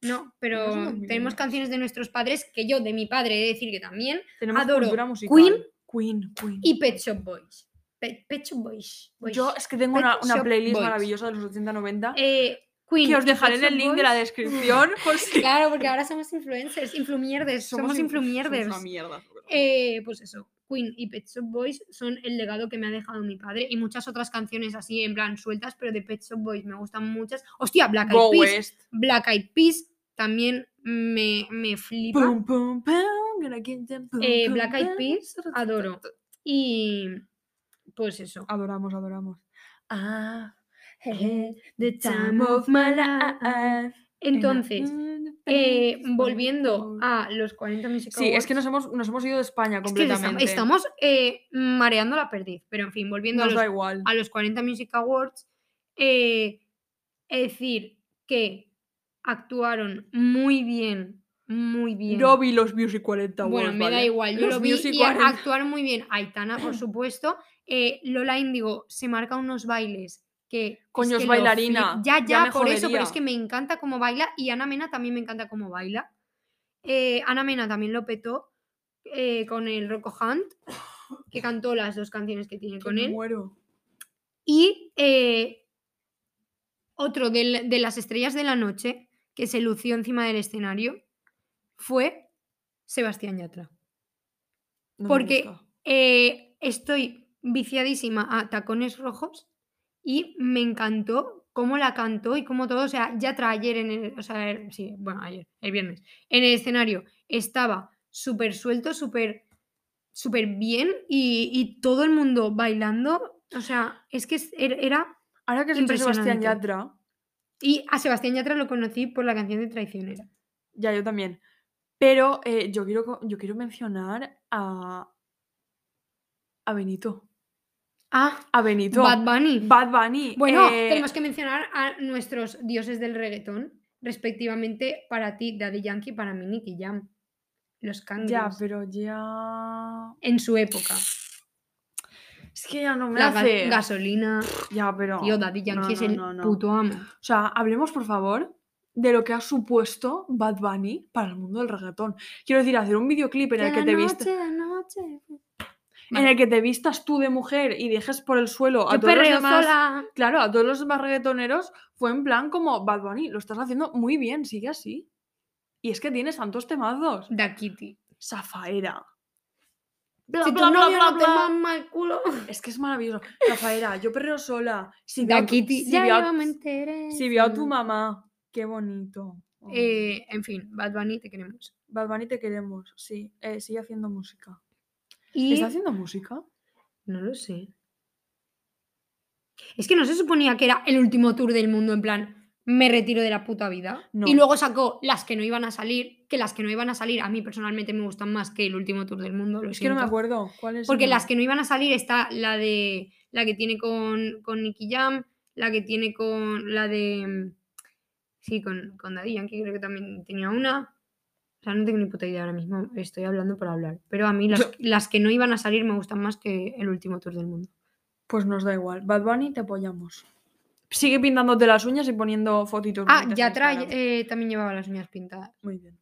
Speaker 2: No, pero
Speaker 1: somos
Speaker 2: tenemos
Speaker 1: millennials.
Speaker 2: canciones de nuestros padres, que yo de mi padre he de decir que también,
Speaker 1: Tenemos
Speaker 2: Adoro
Speaker 1: cultura musical.
Speaker 2: Queen.
Speaker 1: Queen, Queen.
Speaker 2: y Pet Shop Boys. Pe- Pet Shop Boys. Boys.
Speaker 1: Yo es que tengo
Speaker 2: Pet
Speaker 1: una, una
Speaker 2: Shop
Speaker 1: playlist
Speaker 2: Boys.
Speaker 1: maravillosa de los 80-90
Speaker 2: Eh, Queen
Speaker 1: que os
Speaker 2: y Pet
Speaker 1: dejaré en el
Speaker 2: Shop
Speaker 1: link de la
Speaker 2: Boys.
Speaker 1: descripción por si...
Speaker 2: Claro, porque ahora somos influencers, influmierdes, somos,
Speaker 1: in-
Speaker 2: influmierders.
Speaker 1: Somos una mierda.
Speaker 2: Eh, pues eso, Queen y Pet Shop Boys son el legado que me ha dejado mi padre y muchas otras canciones así en plan sueltas, pero de Pet Shop Boys me gustan muchas. Hostia, Black Eyed
Speaker 1: Go
Speaker 2: Peas,
Speaker 1: West.
Speaker 2: Black Eyed Peas también me, me flipa.
Speaker 1: Pum, pum, pum, gonna get them, pum,
Speaker 2: Eh,
Speaker 1: pum,
Speaker 2: Black Eyed
Speaker 1: pum.
Speaker 2: Peas, adoro. Y pues eso.
Speaker 1: Adoramos, adoramos. Ah,
Speaker 2: The time of my life. ah, Entonces, eh, volviendo a los 40 Music
Speaker 1: Sí, es que
Speaker 2: Awards,
Speaker 1: nos hemos, nos hemos ido de España
Speaker 2: es que estam-
Speaker 1: completamente.
Speaker 2: estamos eh, mareando la perdiz, pero en fin, volviendo a
Speaker 1: Nos
Speaker 2: los
Speaker 1: da igual.
Speaker 2: a los 40 Music Awards, eh, es decir que actuaron muy bien, muy bien.
Speaker 1: Yo vi los Music 40
Speaker 2: bueno,
Speaker 1: Awards,
Speaker 2: me da
Speaker 1: ¿vale?
Speaker 2: igual, yo
Speaker 1: Los
Speaker 2: lo vi
Speaker 1: Music
Speaker 2: y
Speaker 1: 40.
Speaker 2: actuaron muy bien. Aitana, por supuesto. Eh, Lola Índigo se marca unos bailes que.
Speaker 1: Coño, es
Speaker 2: que lo flip-
Speaker 1: bailarina,
Speaker 2: Ya,
Speaker 1: ya
Speaker 2: ya,
Speaker 1: me
Speaker 2: por eso, pero es
Speaker 1: jodería.
Speaker 2: que me encanta cómo baila y Ana Mena también me encanta cómo baila. Eh, Ana Mena también lo petó eh, con el Rocco Hunt, que cantó las dos canciones que tiene
Speaker 1: Que
Speaker 2: con él.
Speaker 1: muero.
Speaker 2: Y eh, otro del- de las estrellas de la noche que se lució encima del escenario fue Sebastián Yatra.
Speaker 1: No me
Speaker 2: Porque-
Speaker 1: gusta.
Speaker 2: Eh, estoy viciadísima a Tacones Rojos y me encantó cómo la cantó y cómo todo. O sea, Yatra ayer en el. O sea, el- sí, bueno, ayer, el viernes. En el escenario estaba súper suelto, súper súper bien y, y todo el mundo bailando. O sea, es que es- era- era
Speaker 1: Ahora que has dicho Sebastián
Speaker 2: Impresionante.
Speaker 1: Yatra,
Speaker 2: Y a Sebastián Yatra lo conocí por la canción de Traicionera.
Speaker 1: ya yo también. Pero eh, yo, quiero, co- yo quiero mencionar a. A Benito.
Speaker 2: Ah,
Speaker 1: A Benito.
Speaker 2: Bad Bunny.
Speaker 1: Bad Bunny.
Speaker 2: bueno,
Speaker 1: eh,
Speaker 2: tenemos que mencionar a nuestros dioses del reggaetón, respectivamente para ti Daddy Yankee, para mí Nicky Jam. Los
Speaker 1: Ya,
Speaker 2: Cangris.
Speaker 1: pero ya.
Speaker 2: En su época.
Speaker 1: Es que ya no me
Speaker 2: La ga-
Speaker 1: hace.
Speaker 2: gasolina.
Speaker 1: Ya, pero.
Speaker 2: Tío, Daddy
Speaker 1: no,
Speaker 2: Yankee es
Speaker 1: no,
Speaker 2: el
Speaker 1: no, no.
Speaker 2: puto amo.
Speaker 1: O sea, hablemos, por favor, de lo que ha supuesto Bad Bunny para el mundo del reggaetón. Quiero decir, hacer un videoclip en el que te vistas. En
Speaker 2: Vale.
Speaker 1: el que te vistas tú de mujer y dejes por el suelo a
Speaker 2: Yo
Speaker 1: todos los
Speaker 2: perreo
Speaker 1: demás.
Speaker 2: sola.
Speaker 1: Claro, a todos los demás reggaetoneros fue en plan como Bad Bunny, lo estás haciendo muy bien, sigue así. Y es que tienes tantos temazos.
Speaker 2: Da Kitty.
Speaker 1: Safaera.
Speaker 2: Si tu novio no te mama el culo.
Speaker 1: Es que es maravilloso. Safaera, yo perreo sola. Si veo a
Speaker 2: Da
Speaker 1: tu-
Speaker 2: Kitty.
Speaker 1: si
Speaker 2: Ya
Speaker 1: veo a-
Speaker 2: yo me enteré.
Speaker 1: si veo a tu
Speaker 2: Mm.
Speaker 1: mamá. Qué bonito. Oh.
Speaker 2: Eh, en fin, Bad Bunny te queremos.
Speaker 1: Bad Bunny te queremos, sí. Eh, sigue haciendo música.
Speaker 2: Y
Speaker 1: ¿Está haciendo música?
Speaker 2: no lo sé. Es que no se suponía que era el último tour del mundo en plan me retiro de la puta vida.
Speaker 1: No.
Speaker 2: Y luego sacó las que no iban a salir, que las que no iban a salir a mí personalmente me gustan más que el último tour del mundo. Lo
Speaker 1: Es que no me
Speaker 2: siento.
Speaker 1: acuerdo. ¿Cuál es
Speaker 2: Porque
Speaker 1: el
Speaker 2: las que
Speaker 1: nombre?
Speaker 2: no iban a salir está la de la que tiene con, con Nicky Jam, la que tiene con la de mm, sí, con, con Daddy Yankee creo que también tenía una. O sea, no tengo ni puta idea ahora mismo, estoy hablando por hablar. Pero a mí las, las que no iban a salir me gustan más que el último tour del mundo.
Speaker 1: Pues nos da igual. Bad Bunny te apoyamos. Sigue pintándote las uñas y poniendo fotitos.
Speaker 2: Ah,
Speaker 1: bonitas en
Speaker 2: Yatra
Speaker 1: Instagram.
Speaker 2: eh, también llevaba las uñas pintadas.
Speaker 1: Muy bien.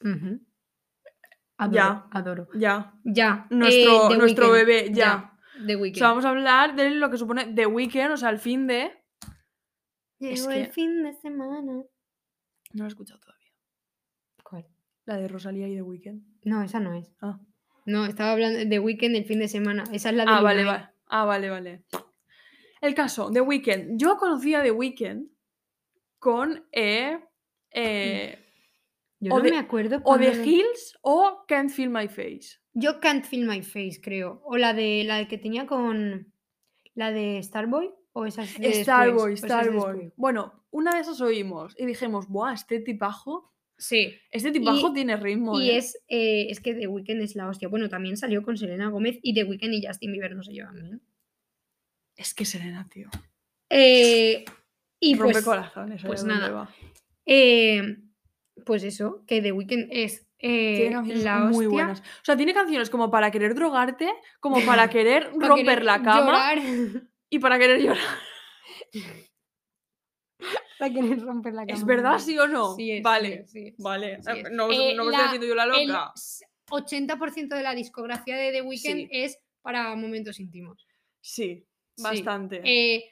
Speaker 2: Ujú. Adoro,
Speaker 1: Ya.
Speaker 2: adoro.
Speaker 1: Ya.
Speaker 2: Ya. eh,
Speaker 1: Nuestro,
Speaker 2: The
Speaker 1: nuestro
Speaker 2: Weeknd,
Speaker 1: bebé, ya.
Speaker 2: The
Speaker 1: O sea,
Speaker 2: Weeknd.
Speaker 1: vamos a hablar de lo que supone The Weeknd, o sea, el fin de. es
Speaker 2: Llegó
Speaker 1: que-
Speaker 2: el fin de semana.
Speaker 1: No lo he escuchado todavía.
Speaker 2: ¿Cuál?
Speaker 1: La de Rosalía y The Weeknd.
Speaker 2: No, esa no es.
Speaker 1: Ah.
Speaker 2: No, estaba hablando de weekend el fin de semana. Esa es la de
Speaker 1: Ah, vale,
Speaker 2: Lunay.
Speaker 1: vale. Ah, vale, vale. El caso, The Weeknd. Yo conocí a The Weeknd con. eh, eh,
Speaker 2: Yo
Speaker 1: O
Speaker 2: no
Speaker 1: de-
Speaker 2: me acuerdo.
Speaker 1: o
Speaker 2: cuándo
Speaker 1: The
Speaker 2: lo-
Speaker 1: Hills o Can't Feel My Face.
Speaker 2: Yo Can't Feel My Face, creo. O la de la que tenía con la de Starboy o esa es de
Speaker 1: Starboy,
Speaker 2: después, o esa pues es de
Speaker 1: Starboy.
Speaker 2: después.
Speaker 1: Bueno, una de esas oímos y dijimos, ¡buah! Este tipajo.
Speaker 2: Sí.
Speaker 1: Este tipajo tiene ritmo.
Speaker 2: Y
Speaker 1: ¿eh?".
Speaker 2: es, eh, es que The Weeknd es la hostia. Bueno, también salió con Selena Gómez y The Weeknd y Justin Bieber no se llevan bien.
Speaker 1: Es que Serena, tío.
Speaker 2: Eh, y
Speaker 1: Rompe
Speaker 2: pues,
Speaker 1: corazones.
Speaker 2: pues
Speaker 1: allá donde
Speaker 2: nada.
Speaker 1: va.
Speaker 2: eh, pues eso, que The Weeknd es eh,
Speaker 1: Tiene canciones
Speaker 2: la hostia.
Speaker 1: muy buenas. O sea, tiene canciones como para querer drogarte, como para querer
Speaker 2: pa'
Speaker 1: romper
Speaker 2: querer
Speaker 1: la cama
Speaker 2: llorar.
Speaker 1: y para querer llorar.
Speaker 2: Para querer romper la cama.
Speaker 1: ¿Es verdad, sí o no?
Speaker 2: Sí es, sí
Speaker 1: vale,
Speaker 2: es, sí es.
Speaker 1: vale.
Speaker 2: sí Pues, es.
Speaker 1: No,
Speaker 2: Eh,
Speaker 1: no me
Speaker 2: la-
Speaker 1: estoy haciendo yo la
Speaker 2: El
Speaker 1: loca.
Speaker 2: s- 80% de la discografía de The Weeknd
Speaker 1: Sí.
Speaker 2: es para momentos íntimos.
Speaker 1: Sí,
Speaker 2: Sí.
Speaker 1: bastante.
Speaker 2: Eh,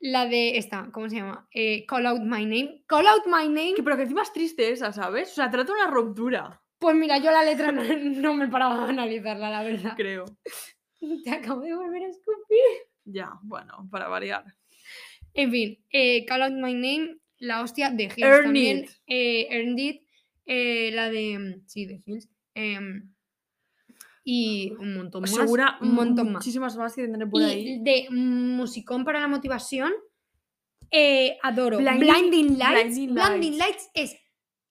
Speaker 2: la de esta, ¿cómo se llama? Eh, Call Out My Name. Call Out My Name.
Speaker 1: Que- pero que encima es triste esa, ¿sabes? O sea, trata una ruptura,
Speaker 2: Pues mira, yo la letra no, no me paraba a analizarla, la verdad.
Speaker 1: creo.
Speaker 2: Te acabo de volver a escupir.
Speaker 1: Ya, bueno, para variar.
Speaker 2: En fin, eh, Call Out My Name, la hostia de Hills
Speaker 1: Earn
Speaker 2: también.
Speaker 1: It.
Speaker 2: eh, Earned It, eh, la de. mm, Sí, de Hills. em, y un montón más.
Speaker 1: Pues Segura
Speaker 2: un montón más.
Speaker 1: muchísimas más que tendré por
Speaker 2: Y
Speaker 1: ahí.
Speaker 2: de musicón para la motivación, eh, adoro.
Speaker 1: Blinding-
Speaker 2: Blinding, Lights.
Speaker 1: Blinding
Speaker 2: Blinding Lights, es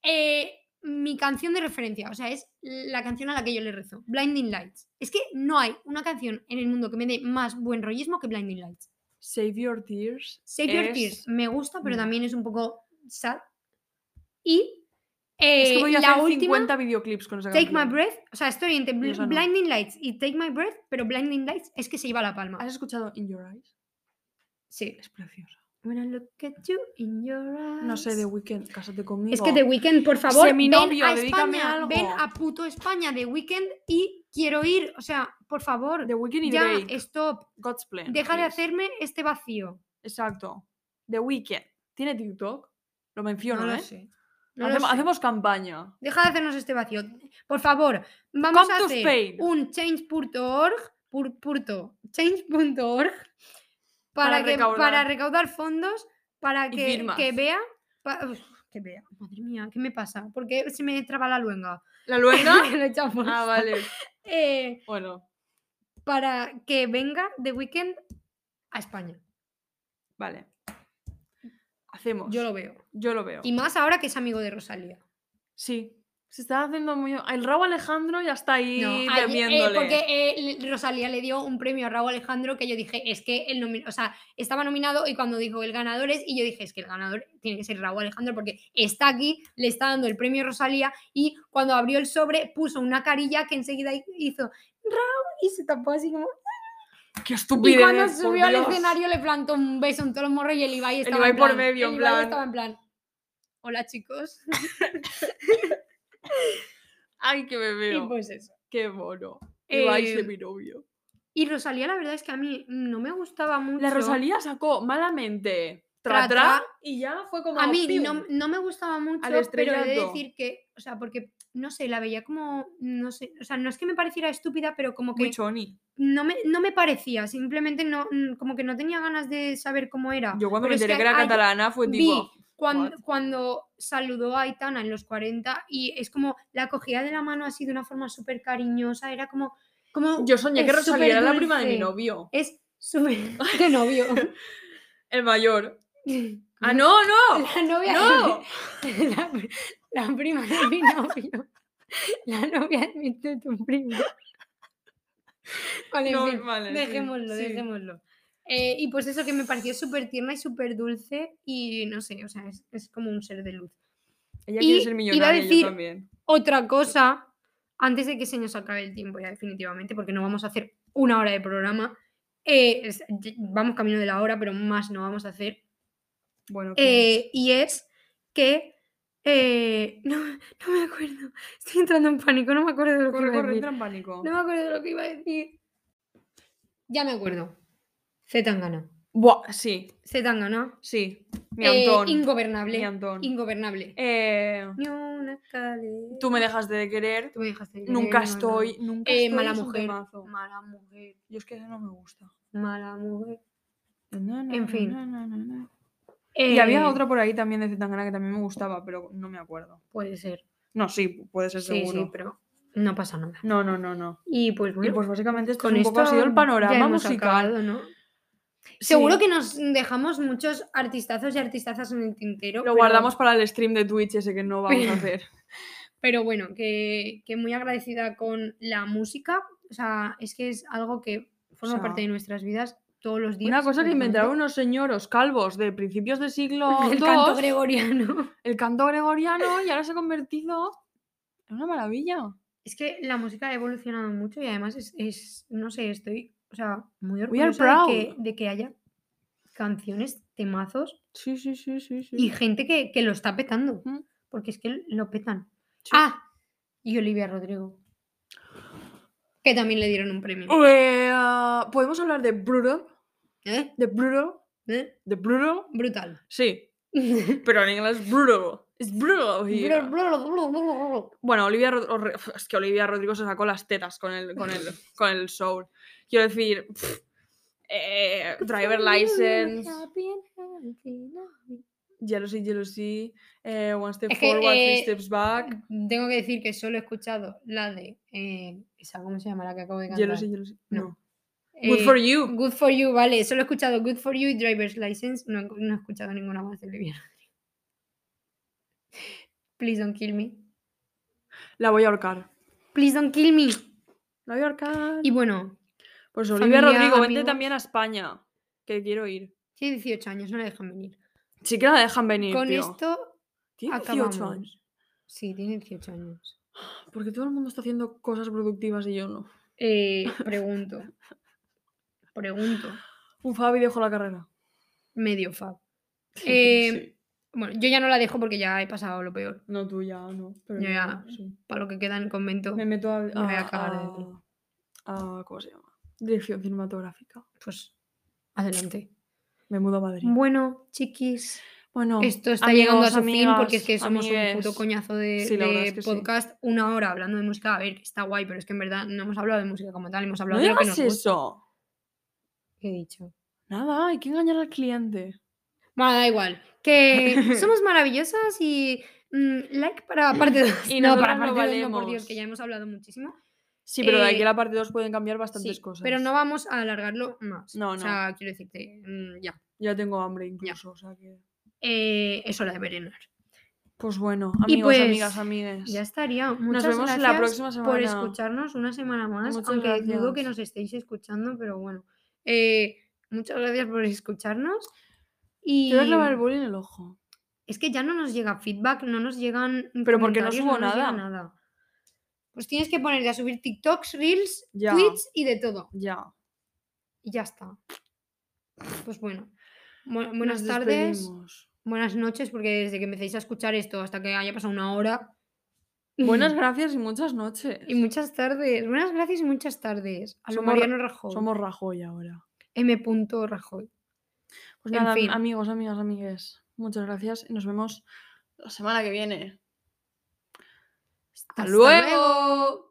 Speaker 2: eh, mi canción de referencia, o sea, es la canción a la que yo le rezo. Blinding Lights. Es que no hay una canción en el mundo que me dé más buen rollismo que Blinding Lights.
Speaker 1: Save Your Tears.
Speaker 2: Save Your
Speaker 1: es-
Speaker 2: Tears me gusta, pero
Speaker 1: Mm.
Speaker 2: también es un poco sad. Y eh,
Speaker 1: Es que podía
Speaker 2: la
Speaker 1: hacer
Speaker 2: última,
Speaker 1: 50 videoclips con esa
Speaker 2: Take My
Speaker 1: canción.
Speaker 2: Breath, o sea, estoy entre
Speaker 1: Y
Speaker 2: Bl-
Speaker 1: esa no.
Speaker 2: Blinding Lights y Take My Breath, pero Blinding Lights es que se lleva la palma.
Speaker 1: ¿Has escuchado In Your Eyes?
Speaker 2: Sí.
Speaker 1: Es preciosa.
Speaker 2: When I look at you in your
Speaker 1: No sé, The
Speaker 2: eyes.
Speaker 1: Weeknd, cásate conmigo.
Speaker 2: Es Ah, que The Weeknd, por favor,
Speaker 1: mi novio,
Speaker 2: ven a
Speaker 1: dedícame
Speaker 2: España,
Speaker 1: algo.
Speaker 2: ven a puto España The Weeknd y quiero ir, o sea, por favor,
Speaker 1: The Weeknd y
Speaker 2: ya,
Speaker 1: Drake.
Speaker 2: stop,
Speaker 1: God's Plan.
Speaker 2: deja de
Speaker 1: please.
Speaker 2: hacerme este vacío.
Speaker 1: Exacto. The Weeknd. ¿Tiene TikTok? Lo menciono,
Speaker 2: lo
Speaker 1: ¿eh?
Speaker 2: sé, no lo
Speaker 1: Hacemos,
Speaker 2: sé.
Speaker 1: hacemos campaña.
Speaker 2: Deja de hacernos este vacío. Por favor, vamos
Speaker 1: Come
Speaker 2: a
Speaker 1: to
Speaker 2: hacer
Speaker 1: Spain.
Speaker 2: un change.org, pur- purto, change.org para,
Speaker 1: Para
Speaker 2: que-
Speaker 1: recaudar.
Speaker 2: para recaudar fondos para
Speaker 1: Y
Speaker 2: que,
Speaker 1: firmas.
Speaker 2: que vea pa- uf, que vea. Madre mía, ¿qué me pasa? Porque se me traba la luenga.
Speaker 1: ¿La luenga?
Speaker 2: Lo echamos.
Speaker 1: ah, vale.
Speaker 2: Eh,
Speaker 1: Bueno,
Speaker 2: para que venga The Weeknd a España.
Speaker 1: vale. Hacemos.
Speaker 2: Yo lo veo.
Speaker 1: Yo lo veo.
Speaker 2: Y más ahora que es amigo de Rosalía.
Speaker 1: Sí. Se está haciendo muy... El Raúl Alejandro ya está ahí
Speaker 2: No, ayer- eh,
Speaker 1: temiéndole.
Speaker 2: porque eh, le- Rosalía le dio un premio a Raúl Alejandro que yo dije, es que el nomi- o sea, estaba nominado y cuando dijo el ganador es, y yo dije, es que el ganador tiene que ser Raúl Alejandro porque está aquí, le está dando el premio a Rosalía y cuando abrió el sobre puso una carilla que enseguida hi- hizo Raúl y se tapó así como, "Ah",
Speaker 1: Qué
Speaker 2: Y
Speaker 1: estupidez.
Speaker 2: cuando
Speaker 1: por
Speaker 2: subió al
Speaker 1: Dios.
Speaker 2: escenario le plantó un beso en todos los morros y el Ibai estaba
Speaker 1: Ibai
Speaker 2: en
Speaker 1: por
Speaker 2: plan,
Speaker 1: medio,
Speaker 2: el
Speaker 1: en
Speaker 2: Ibai
Speaker 1: plan.
Speaker 2: estaba en plan, hola chicos.
Speaker 1: Ay, que me
Speaker 2: y
Speaker 1: veo.
Speaker 2: pues eso.
Speaker 1: Qué mono.
Speaker 2: Eh,
Speaker 1: Ibai se mi novio.
Speaker 2: Y Rosalía la verdad es que a mí no me gustaba mucho.
Speaker 1: La Rosalía sacó malamente
Speaker 2: Tra,
Speaker 1: tra,
Speaker 2: tra.
Speaker 1: tra, y ya fue como
Speaker 2: A mí
Speaker 1: ¡pium!
Speaker 2: no, no me gustaba mucho, pero he de
Speaker 1: estrellato.
Speaker 2: decir que, o sea, porque, no sé, la veía como, no sé, o sea, no es que me pareciera estúpida, pero como que
Speaker 1: muy choni.
Speaker 2: no me, no me parecía, simplemente no, mm, como que no tenía ganas de saber cómo era.
Speaker 1: Yo cuando
Speaker 2: Ah, Pero
Speaker 1: me
Speaker 2: es
Speaker 1: enteré que, era
Speaker 2: ayer
Speaker 1: catalana fue tipo
Speaker 2: vi cuando,
Speaker 1: "What?".
Speaker 2: cuando saludó a Aitana en los 40 y es como la cogía de la mano así de una forma súper cariñosa, era como, como
Speaker 1: Yo soñé que
Speaker 2: es
Speaker 1: Rosalía era la
Speaker 2: superdulce.
Speaker 1: prima de mi novio.
Speaker 2: es súper de novio.
Speaker 1: El mayor. ¡Ah, no, no!
Speaker 2: La novia
Speaker 1: ¡No!
Speaker 2: La, pri- la prima de mi novio. La novia de, de tu primo. Vale, en
Speaker 1: No,
Speaker 2: fin,
Speaker 1: vale, sí,
Speaker 2: dejémoslo,
Speaker 1: sí.
Speaker 2: dejémoslo. Eh, y pues eso que me pareció súper tierna y súper dulce y no sé, o sea, es, es como un ser de luz.
Speaker 1: Ella
Speaker 2: Y
Speaker 1: quiere ser
Speaker 2: iba a
Speaker 1: millonaria,
Speaker 2: decir-
Speaker 1: yo también.
Speaker 2: Otra cosa, antes de que se nos acabe el tiempo ya definitivamente, porque no vamos a hacer una hora de programa, eh, es- y- vamos camino de la hora, pero más no vamos a hacer,
Speaker 1: Bueno, ¿qué?
Speaker 2: Eh, y es que. eh, no, no me acuerdo. Estoy entrando en pánico, no me acuerdo de lo
Speaker 1: corre,
Speaker 2: que iba a
Speaker 1: corre,
Speaker 2: decir.
Speaker 1: entra en pánico.
Speaker 2: No me acuerdo de lo que iba a decir. Ya me acuerdo. Z Tangana.
Speaker 1: Buah, sí,
Speaker 2: Z Tangana.
Speaker 1: sí. Mi
Speaker 2: Eh,
Speaker 1: Antón.
Speaker 2: ingobernable.
Speaker 1: Mi Antón.
Speaker 2: Ingobernable.
Speaker 1: Eh,
Speaker 2: Ni una escalera.
Speaker 1: tú me dejaste de querer.
Speaker 2: Tú me dejaste de
Speaker 1: Nunca
Speaker 2: querer, Eh, no, no.
Speaker 1: estoy. Nunca
Speaker 2: Eh,
Speaker 1: estoy.
Speaker 2: mala
Speaker 1: es un
Speaker 2: mujer. Mm.
Speaker 1: temazo.
Speaker 2: Mala mujer.
Speaker 1: Yo es que eso no me gusta.
Speaker 2: Mala mujer.
Speaker 1: No, no,
Speaker 2: En
Speaker 1: no,
Speaker 2: fin.
Speaker 1: no, no, no, no. Y
Speaker 2: Eh,
Speaker 1: había otra por ahí también de Zetangana que también me gustaba, pero no me acuerdo.
Speaker 2: Puede ser.
Speaker 1: No, sí, pu- puede ser
Speaker 2: Sí,
Speaker 1: seguro.
Speaker 2: sí, pero no pasa nada.
Speaker 1: No, no, no, no.
Speaker 2: Y pues
Speaker 1: Y
Speaker 2: bueno.
Speaker 1: pues básicamente esto
Speaker 2: con
Speaker 1: es un
Speaker 2: esto
Speaker 1: poco ha sido el
Speaker 2: ya
Speaker 1: panorama
Speaker 2: hemos
Speaker 1: musical.
Speaker 2: acabado, ¿no? Seguro
Speaker 1: Sí.
Speaker 2: que nos dejamos muchos artistazos y artistazas en el tintero.
Speaker 1: Lo
Speaker 2: pero-
Speaker 1: guardamos para el stream de Twitch ese que no vamos a hacer.
Speaker 2: Pero bueno, que, que muy agradecida con la música. O sea, es que es algo que forma
Speaker 1: sea,
Speaker 2: parte de nuestras vidas todos los días.
Speaker 1: Una cosa que
Speaker 2: prácticamente.
Speaker 1: inventaron unos señoros calvos de principios del siglo
Speaker 2: El
Speaker 1: II,
Speaker 2: canto gregoriano.
Speaker 1: el canto gregoriano, y ahora se ha convertido en una maravilla.
Speaker 2: Es que la música ha evolucionado mucho y además es, es- no sé, estoy, o sea, muy
Speaker 1: We are
Speaker 2: orgullosa de que,
Speaker 1: proud.
Speaker 2: de que haya canciones, temazos
Speaker 1: Sí, sí, sí, sí, sí.
Speaker 2: y gente que, que lo está petando.
Speaker 1: Mm.
Speaker 2: Porque es que lo petan.
Speaker 1: Sí.
Speaker 2: Ah, y Olivia Rodrigo. Que también le dieron un premio.
Speaker 1: Eh, ah, ¿Podemos hablar de Brutal?
Speaker 2: ¿Eh?
Speaker 1: ¿De Brutal?
Speaker 2: ¿Eh?
Speaker 1: ¿De Brutal?
Speaker 2: Brutal.
Speaker 1: Sí, pero en inglés Brutal. Es Brutal here. Bueno, Olivia Rod- Orre- es que Olivia Rodrigo se sacó las tetas con el, con el, con el soul. Quiero decir, pff, eh, driver license, jealousy, jealousy, eh, one step
Speaker 2: Es que,
Speaker 1: forward,
Speaker 2: eh,
Speaker 1: three steps back,
Speaker 2: Mm, Tengo que decir que solo he escuchado la de. eh, esa, ¿Cómo se llama la que acabo de cantar?
Speaker 1: jealousy, jealousy.
Speaker 2: no.
Speaker 1: No. Good for
Speaker 2: Eh,
Speaker 1: you.
Speaker 2: Good for You, vale. Solo he escuchado Good for You y Driver's License. No, he- no he escuchado ninguna más de Olivia Rodrigo. Please don't kill me.
Speaker 1: La voy a ahorcar.
Speaker 2: Please don't kill me.
Speaker 1: La voy a ahorcar.
Speaker 2: Y bueno,
Speaker 1: pues Olivia
Speaker 2: familia,
Speaker 1: Rodrigo,
Speaker 2: amigos.
Speaker 1: vente también a España, que quiero ir.
Speaker 2: tiene 18 años, no la dejan venir.
Speaker 1: Sí que la dejan venir,
Speaker 2: Con
Speaker 1: tío.
Speaker 2: esto
Speaker 1: Tiene 18
Speaker 2: acabamos.
Speaker 1: años.
Speaker 2: Sí, tiene 18 años.
Speaker 1: Porque todo el mundo está haciendo cosas productivas y yo no.
Speaker 2: Eh, pregunto. pregunto.
Speaker 1: Un Fabi dejó la carrera.
Speaker 2: Medio fab.
Speaker 1: Sí.
Speaker 2: Eh, Bueno, yo ya no la dejo porque ya he pasado lo peor.
Speaker 1: No, tú ya, no. Pero
Speaker 2: yo
Speaker 1: yo
Speaker 2: ya.
Speaker 1: sí.
Speaker 2: Para lo que queda en el convento.
Speaker 1: Me meto a,
Speaker 2: voy a
Speaker 1: a-
Speaker 2: cagar de
Speaker 1: a-
Speaker 2: dentro.
Speaker 1: a- ¿Cómo se llama? Dirección cinematográfica.
Speaker 2: Pues adelante.
Speaker 1: Me mudo a Madrid.
Speaker 2: Bueno, chiquis.
Speaker 1: Bueno,
Speaker 2: Esto está llegando a
Speaker 1: amigos,
Speaker 2: su fin porque es
Speaker 1: amigas,
Speaker 2: que somos un puto
Speaker 1: amigues.
Speaker 2: coñazo de,
Speaker 1: Sí, la
Speaker 2: de
Speaker 1: verdad es que sí.
Speaker 2: podcast. Una hora hablando de música, a ver, que está guay, pero es que en verdad no hemos hablado de música como tal, hemos
Speaker 1: No
Speaker 2: hablado de lo que
Speaker 1: digas
Speaker 2: nos gusta.
Speaker 1: eso.
Speaker 2: ¿Qué he dicho?
Speaker 1: Nada, hay que engañar al cliente.
Speaker 2: Bueno, da igual. Que somos maravillosas y mm, like para parte 2.
Speaker 1: Y
Speaker 2: no, para
Speaker 1: nosotras
Speaker 2: parte
Speaker 1: no
Speaker 2: 2, no, por Dios,
Speaker 1: valemos.
Speaker 2: que ya hemos hablado muchísimo.
Speaker 1: Sí, pero de aquí
Speaker 2: Eh,
Speaker 1: a la parte 2 pueden cambiar bastantes
Speaker 2: Sí,
Speaker 1: cosas.
Speaker 2: Pero no vamos a alargarlo más.
Speaker 1: No,
Speaker 2: O
Speaker 1: no.
Speaker 2: sea, quiero decirte, mm, ya.
Speaker 1: Ya tengo hambre incluso, o sea que...
Speaker 2: Eh, es hora de verenar.
Speaker 1: Pues bueno,
Speaker 2: Y
Speaker 1: amigos,
Speaker 2: pues,
Speaker 1: amigas, amigues.
Speaker 2: Ya estaría. Muchas
Speaker 1: vemos la
Speaker 2: gracias
Speaker 1: próxima
Speaker 2: por
Speaker 1: semana.
Speaker 2: escucharnos una semana más,
Speaker 1: Muchas
Speaker 2: aunque dudo que
Speaker 1: gracias.
Speaker 2: nos estéis escuchando, pero bueno. Eh, muchas gracias por escucharnos. Y
Speaker 1: Te voy a clavar el boli en el ojo.
Speaker 2: es que ya no nos llega feedback, no nos llegan.
Speaker 1: Pero porque no
Speaker 2: comentarios,
Speaker 1: subo
Speaker 2: nos llega
Speaker 1: nada.
Speaker 2: Pues tienes que ponerte a subir TikToks, Reels,
Speaker 1: Ya.
Speaker 2: Tweets y de todo.
Speaker 1: Ya.
Speaker 2: Y ya está. Pues bueno. Bu- buenas
Speaker 1: Nos
Speaker 2: tardes,
Speaker 1: despedimos.
Speaker 2: buenas noches, porque desde que empecéis a escuchar esto hasta que haya pasado una hora.
Speaker 1: Buenas gracias y muchas noches.
Speaker 2: y muchas tardes. Buenas gracias y muchas tardes. A lo
Speaker 1: Somos-
Speaker 2: Mariano Rajoy.
Speaker 1: Somos Rajoy ahora.
Speaker 2: M. Rajoy.
Speaker 1: Pues
Speaker 2: En
Speaker 1: nada,
Speaker 2: fin.
Speaker 1: amigos, amigas, amigues. Muchas gracias y nos vemos la semana que viene.
Speaker 2: Hasta
Speaker 1: luego.
Speaker 2: luego.